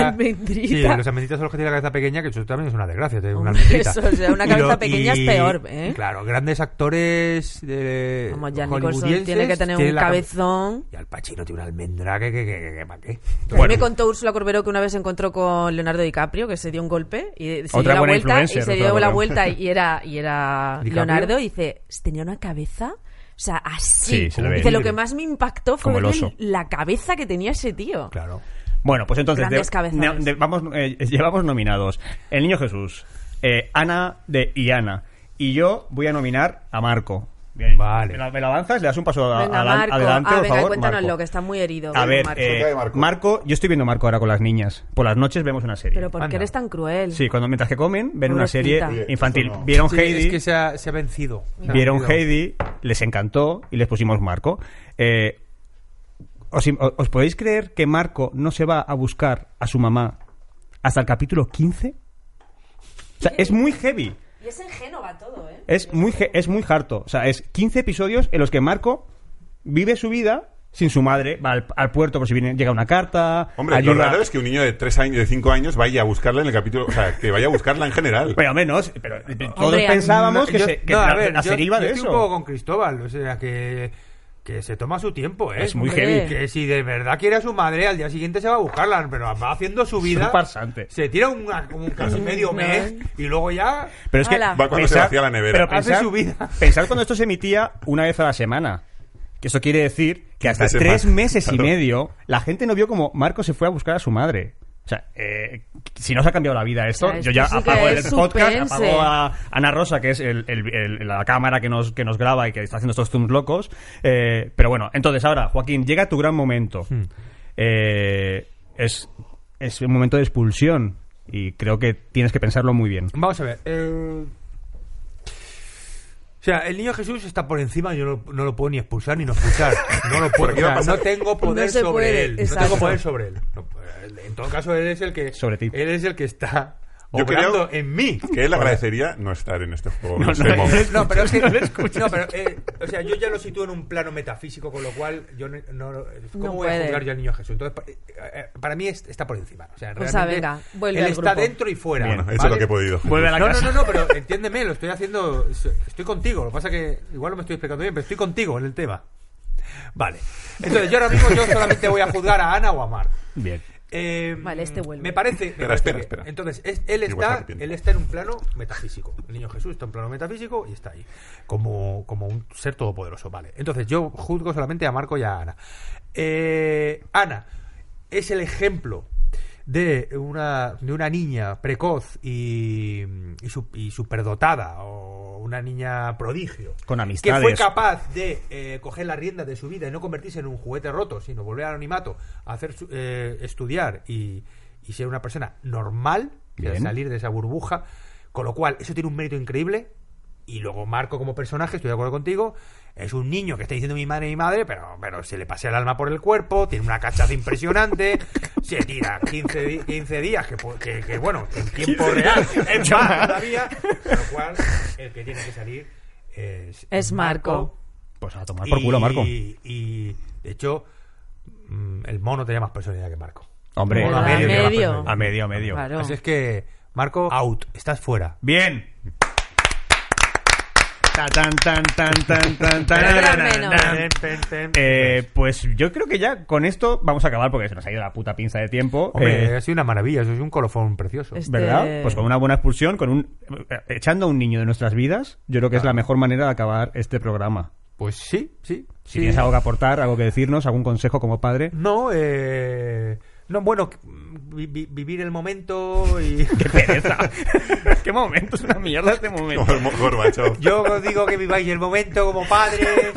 S3: Almendritas.
S6: Sí, los almendritas son los que tienen la cabeza pequeña, que eso también es una desgracia. tener una almendrita.
S3: eso, o sea, una
S6: Y
S3: cabeza pequeña es peor, ¿eh?
S6: Claro, grandes actores de.
S3: Como Jack Nicholson
S6: hollywoodienses
S3: tiene que tener un
S6: tienen la cabe-
S3: cabezón.
S6: Y Al Pacino tiene una almendra que, que, que, que, que- pa' qué.
S3: A mí me contó Úrsula Corberó que una vez se encontró con Leonardo DiCaprio, que se dio un golpe y se
S2: Otra
S3: dio la
S2: buena
S3: vuelta y
S2: influencer,
S3: se
S2: Úrsula
S3: dio la
S2: Corberó.
S3: vuelta y era y era
S6: ¿DiCaprio?
S3: Leonardo y dice, "¿Este tenía una cabeza o sea, así.
S2: Sí, se le ve.
S3: Dice, lo que más me impactó fue
S2: Como el
S3: verle
S2: oso.
S3: la cabeza que tenía ese tío.
S6: Claro.
S2: Bueno, pues entonces
S3: Grandes cabezones.
S2: ne- de- vamos, eh, llevamos nominados El Niño Jesús, eh, Ana de Iana y yo voy a nominar a Marco. Bien.
S6: Vale.
S2: ¿Me lo, me lo avanzas? ¿Le das un paso a-
S3: Venga,
S2: adelan-
S3: Marco.
S2: adelante,
S3: ah,
S2: por
S3: venga,
S2: favor?
S3: cuéntanos
S2: Marco.
S3: lo que está muy herido.
S2: A
S3: Venga,
S2: ver,
S3: Marco.
S2: eh,
S7: Cae
S2: Marco.
S7: Marco.
S2: yo estoy viendo Marco ahora con las niñas. Por las noches vemos una serie.
S3: pero ¿por
S6: anda.
S3: qué eres tan cruel?
S2: Sí, cuando mientras que comen, ven una serie
S3: Pobrecita. Oye,
S7: eso
S2: infantil.
S7: no.
S2: Vieron
S6: Sí,
S2: Heidi,
S6: es que se ha, se ha vencido.
S2: vieron
S6: Se ha vencido.
S2: Heidi, les encantó y les pusimos Marco. Eh, ¿os, im- o- os podéis creer que Marco no se va a buscar a su mamá hasta el capítulo 15? O sea, es muy heavy.
S3: Y es en Génova todo, ¿eh?
S2: Es muy, ge- es muy harto. O sea, es 15 episodios en los que Marco vive su vida sin su madre. Va al, al puerto por si viene, llega una carta.
S4: Hombre, lo
S2: ayuda-
S4: raro es que un niño de tres años, de 5 años vaya a buscarla en el capítulo, o sea, que vaya a buscarla en general.
S2: Pero menos, pero eh, todos
S3: Hombre,
S2: pensábamos
S6: No,
S2: que,
S6: yo-
S2: se, que
S6: no, a
S2: la,
S6: ver,
S2: la
S6: yo-
S2: serie iba
S6: yo
S2: de
S6: estoy
S2: eso.
S6: un poco con Cristóbal, o sea, que, que se toma su tiempo, ¿eh?
S2: Es muy
S3: Hombre.
S2: heavy.
S6: Que si de verdad quiere a su madre, al día siguiente se va a buscarla, pero va haciendo su vida.
S2: un farsante.
S6: Se tira una- como un casi medio mes y luego ya.
S2: Pero es que
S3: Hala.
S4: Va cuando se
S2: pensad-
S4: vacía la nevera.
S2: Pero
S6: Hace
S2: pensad,
S6: su vida.
S2: pensad cuando esto se emitía una vez a la semana. Que eso quiere decir que hasta
S4: Quince
S2: tres
S4: semanas.
S2: meses y
S4: Claro.
S2: medio la gente no vio como Marco se fue a buscar a su madre. O sea, eh, si no se ha cambiado la vida esto,
S3: O sea,
S2: yo
S3: esto
S2: ya
S3: sí que
S2: apago el
S3: es
S2: podcast,
S3: suspense.
S2: apago a Ana Rosa, que es el- el- el- la cámara que nos, que nos graba y que está haciendo estos zooms locos. Eh, pero bueno, entonces ahora, Joaquín, llega tu gran momento.
S4: Hmm.
S2: Eh, es, es un momento de expulsión y creo que tienes que pensarlo muy bien.
S6: Vamos a ver. eh, O sea, el niño Jesús está por encima, yo no, no lo puedo ni expulsar ni no expulsar. No lo puedo,
S4: Porque iba a
S6: o sea,
S4: pasar.
S6: no tengo poder
S3: No se
S6: sobre
S3: puede,
S6: él. No
S3: exacto.
S6: tengo poder sobre él. No, eh, en todo caso, él es el que.
S2: Sobre ti.
S6: Él es el que está.
S4: Yo creo
S6: obrando en mí.
S4: Que él agradecería no estar en este juego. No,
S6: No, no, no, pero es que. No, pero. eh, o sea, yo ya lo sitúo en un plano metafísico, con lo cual. yo no, no- ¿Cómo
S3: No
S6: voy a
S3: puede.
S6: juzgar yo al niño Jesús? Entonces, pa- eh, eh, para mí es- está por encima. O sea,
S3: O sea,
S6: realmente
S3: Pues venga, vuelve
S6: Él
S3: al
S6: está
S3: grupo.
S6: dentro y fuera.
S4: Bueno, eso es
S6: ¿vale?
S4: lo que he podido.
S2: Vuelve a la
S6: Pues no,
S2: casa.
S6: No, no, no, pero entiéndeme, lo estoy haciendo. Estoy contigo. Lo que pasa que igual no me estoy explicando bien, pero estoy contigo en el tema. Vale. Entonces, yo ahora mismo yo solamente voy a juzgar a Ana o a Mar.
S2: Bien.
S6: Eh,
S3: Vale, este vuelve.
S6: Me parece. me
S4: Espera,
S6: parece
S4: espera,
S6: que-
S4: espera.
S6: Entonces, es- él,
S4: Que igual se
S6: está,
S4: arrepiente.
S6: él está en un plano metafísico. El niño Jesús está en un plano metafísico y está ahí. Como, como un ser todopoderoso. Vale. Entonces, yo juzgo solamente a Marco y a Ana. Eh, Ana es el ejemplo de una, de una niña precoz y, y, su- y superdotada o una niña prodigio
S2: Con
S6: que
S2: amistades.
S6: fue capaz de eh, coger la rienda de su vida y no convertirse en un juguete roto, sino volver al animato, hacer su- eh, estudiar y, y ser una persona normal, o sea,
S2: Bien.
S6: salir de esa burbuja, con lo cual eso tiene un mérito increíble. Y luego Marco como personaje, estoy de acuerdo contigo, es un niño que está diciendo mi madre, mi madre, pero, pero se le pasea el alma por el cuerpo, tiene una cachaza impresionante, se tira 15, di- 15 días, que, po- que- que, bueno, en tiempo real, es más todavía, con lo cual el que tiene que salir es,
S3: Es Marco.
S2: Pues a tomar por culo, Marco.
S6: Y, y, de hecho, mm, el mono tenía más personalidad que Marco.
S2: Hombre,
S6: Mono
S3: a
S6: medio tenía más
S3: medio.
S6: personalidad.
S2: A medio, a medio.
S3: Claro.
S6: Así es que, Marco, out, estás fuera.
S2: Bien. Ta, tan, tan, tan, tan, tan, tan,
S3: Pero era
S2: tan, tan,
S3: menos.
S2: tan. Eh, pues yo creo que ya con esto vamos a acabar porque se nos ha ido la puta pinza de tiempo.
S6: Hombre,
S2: Eh,
S6: ha sido una maravilla, eso es un colofón precioso.
S3: Es-
S2: ¿Verdad?
S3: Este-
S2: Pues con una buena expulsión, con un eh, echando a un niño de nuestras vidas, yo creo que es la mejor manera de acabar este programa.
S6: Pues sí, sí.
S2: Si
S6: sí.
S2: tienes algo que aportar, algo que decirnos, algún consejo como padre,
S6: No, eh... No, bueno, vi- vi- vivir el momento y...
S2: qué pereza. qué momento, es una mierda este momento.
S4: Como el mo- Gorbachov.
S6: Yo os digo que viváis el momento como padres.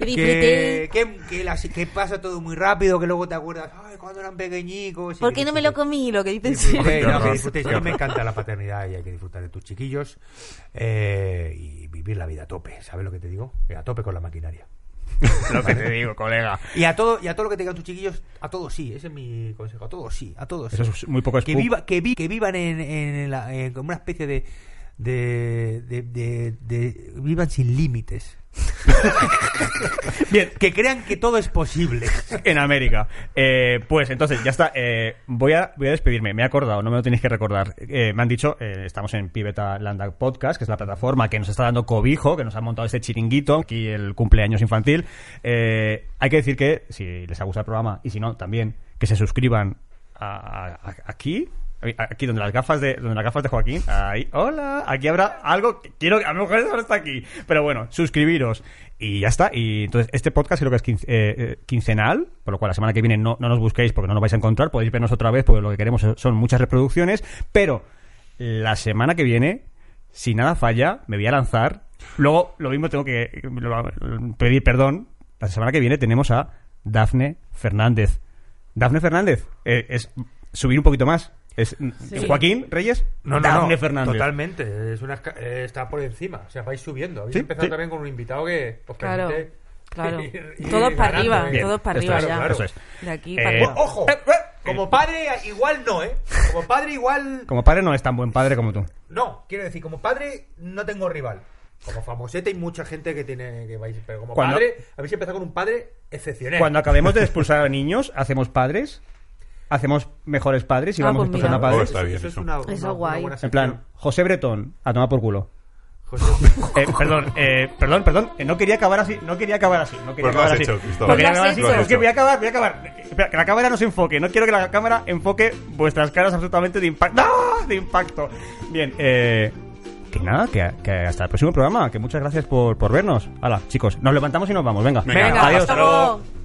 S3: Y
S6: Que,
S3: disfrutéis.
S6: que, que la- que pasa todo muy rápido, que luego te acuerdas, ay, cuando eran pequeñicos. y
S3: ¿Por
S6: que
S3: qué no me lo
S6: disfrutéis.
S3: comí? Lo que dicen
S6: Disfrutéis,
S3: siempre.
S6: no, que disfrutéis. A mí me encanta la paternidad y hay que disfrutar de tus chiquillos eh, y vivir la vida a tope, ¿sabes lo que te digo? Eh, A tope con la maquinaria.
S2: Lo que te digo, colega.
S6: Y a todo, y a todo lo que tengan tus chiquillos, a todos sí, ese es mi consejo, a todos sí, a todos
S2: Eso
S6: sí.
S2: es muy poco
S6: que,
S2: spook.
S6: viva, que, vi- que vivan en, en la- en como una especie de de, de, de- de- vivan sin límites.
S2: Bien,
S6: Que crean que todo es posible.
S2: en América. Eh, pues entonces, ya está. Eh, voy, a, voy a despedirme. Me he acordado, no me lo tenéis que recordar. Eh, me han dicho, eh, estamos en Pibeta Landa Podcast, que es la plataforma que nos está dando cobijo, que nos ha montado este chiringuito, aquí el cumpleaños infantil. Eh, hay que decir que, si les ha gustado el programa, y si no, también, que se suscriban a- a- a- aquí. Aquí donde las gafas de donde las gafas de Joaquín, ahí, hola, aquí habrá algo que quiero, a lo mejor eso no está aquí, pero bueno, suscribiros y ya está. Y entonces este podcast creo que es quince- eh, eh, quincenal, por lo cual la semana que viene no, no nos busquéis porque no nos vais a encontrar, podéis vernos otra vez porque lo que queremos son muchas reproducciones, pero la semana que viene, si nada falla, me voy a lanzar. Luego lo mismo tengo que lo- pedir perdón. La semana que viene tenemos a Dafne Fernández. Dafne Fernández, eh, es subir un poquito más. Es, Joaquín Reyes,
S6: No, no,
S2: Dafne
S6: no,
S2: Fernández.
S6: Totalmente. Es una esca- eh, está por encima. O sea, vais subiendo. Habéis
S2: Sí,
S6: empezado
S2: sí.
S6: también con un invitado que os
S3: Claro,
S6: permite
S3: claro.
S6: ir- ir
S3: Todos para
S6: ganando,
S3: arriba,
S6: ¿eh?
S2: Bien,
S3: todos para
S2: esto
S3: arriba
S2: es,
S3: ya.
S2: claro, eso es.
S3: De aquí
S2: Eh,
S3: para arriba.
S2: oh,
S6: Ojo, como padre igual no, ¿eh? Como padre igual
S2: Como padre no es tan buen padre como tú.
S6: no. Quiero decir, como padre no tengo rival. Como famosete hay mucha gente que tiene que vais, pero como
S2: Cuando-
S6: padre habéis empezado con un padre excepcional.
S2: Cuando acabemos de expulsar a niños, hacemos padres, hacemos mejores padres y
S3: Ah,
S2: vamos
S3: pues
S2: expulsando
S3: mira.
S2: a
S4: Oh,
S2: padres.
S4: está bien
S6: eso es
S4: eso.
S6: una, una-
S3: Eso
S6: una
S3: guay.
S6: buena
S2: En
S6: sección.
S2: plan, José Bretón, a tomar por culo.
S6: José-
S2: Eh, perdón, eh, perdón, perdón, eh, no quería acabar así, no quería acabar así, no quería
S4: Pues lo
S2: acabar
S4: has
S2: así.
S4: hecho, Cristóbal.
S2: No quería
S3: Pues lo
S2: acabar
S3: has
S2: así.
S3: hecho.
S2: Es que voy a acabar, voy a acabar. Espera, que la cámara no se enfoque, no quiero que la cámara enfoque vuestras caras absolutamente de impacto. ¡Ah! De impacto. Bien, eh, que nada, que, que hasta el próximo programa, que muchas gracias por, por vernos. Hala, chicos, nos levantamos y nos vamos, venga.
S4: Venga,
S3: Venga,
S2: adiós.
S3: hasta luego.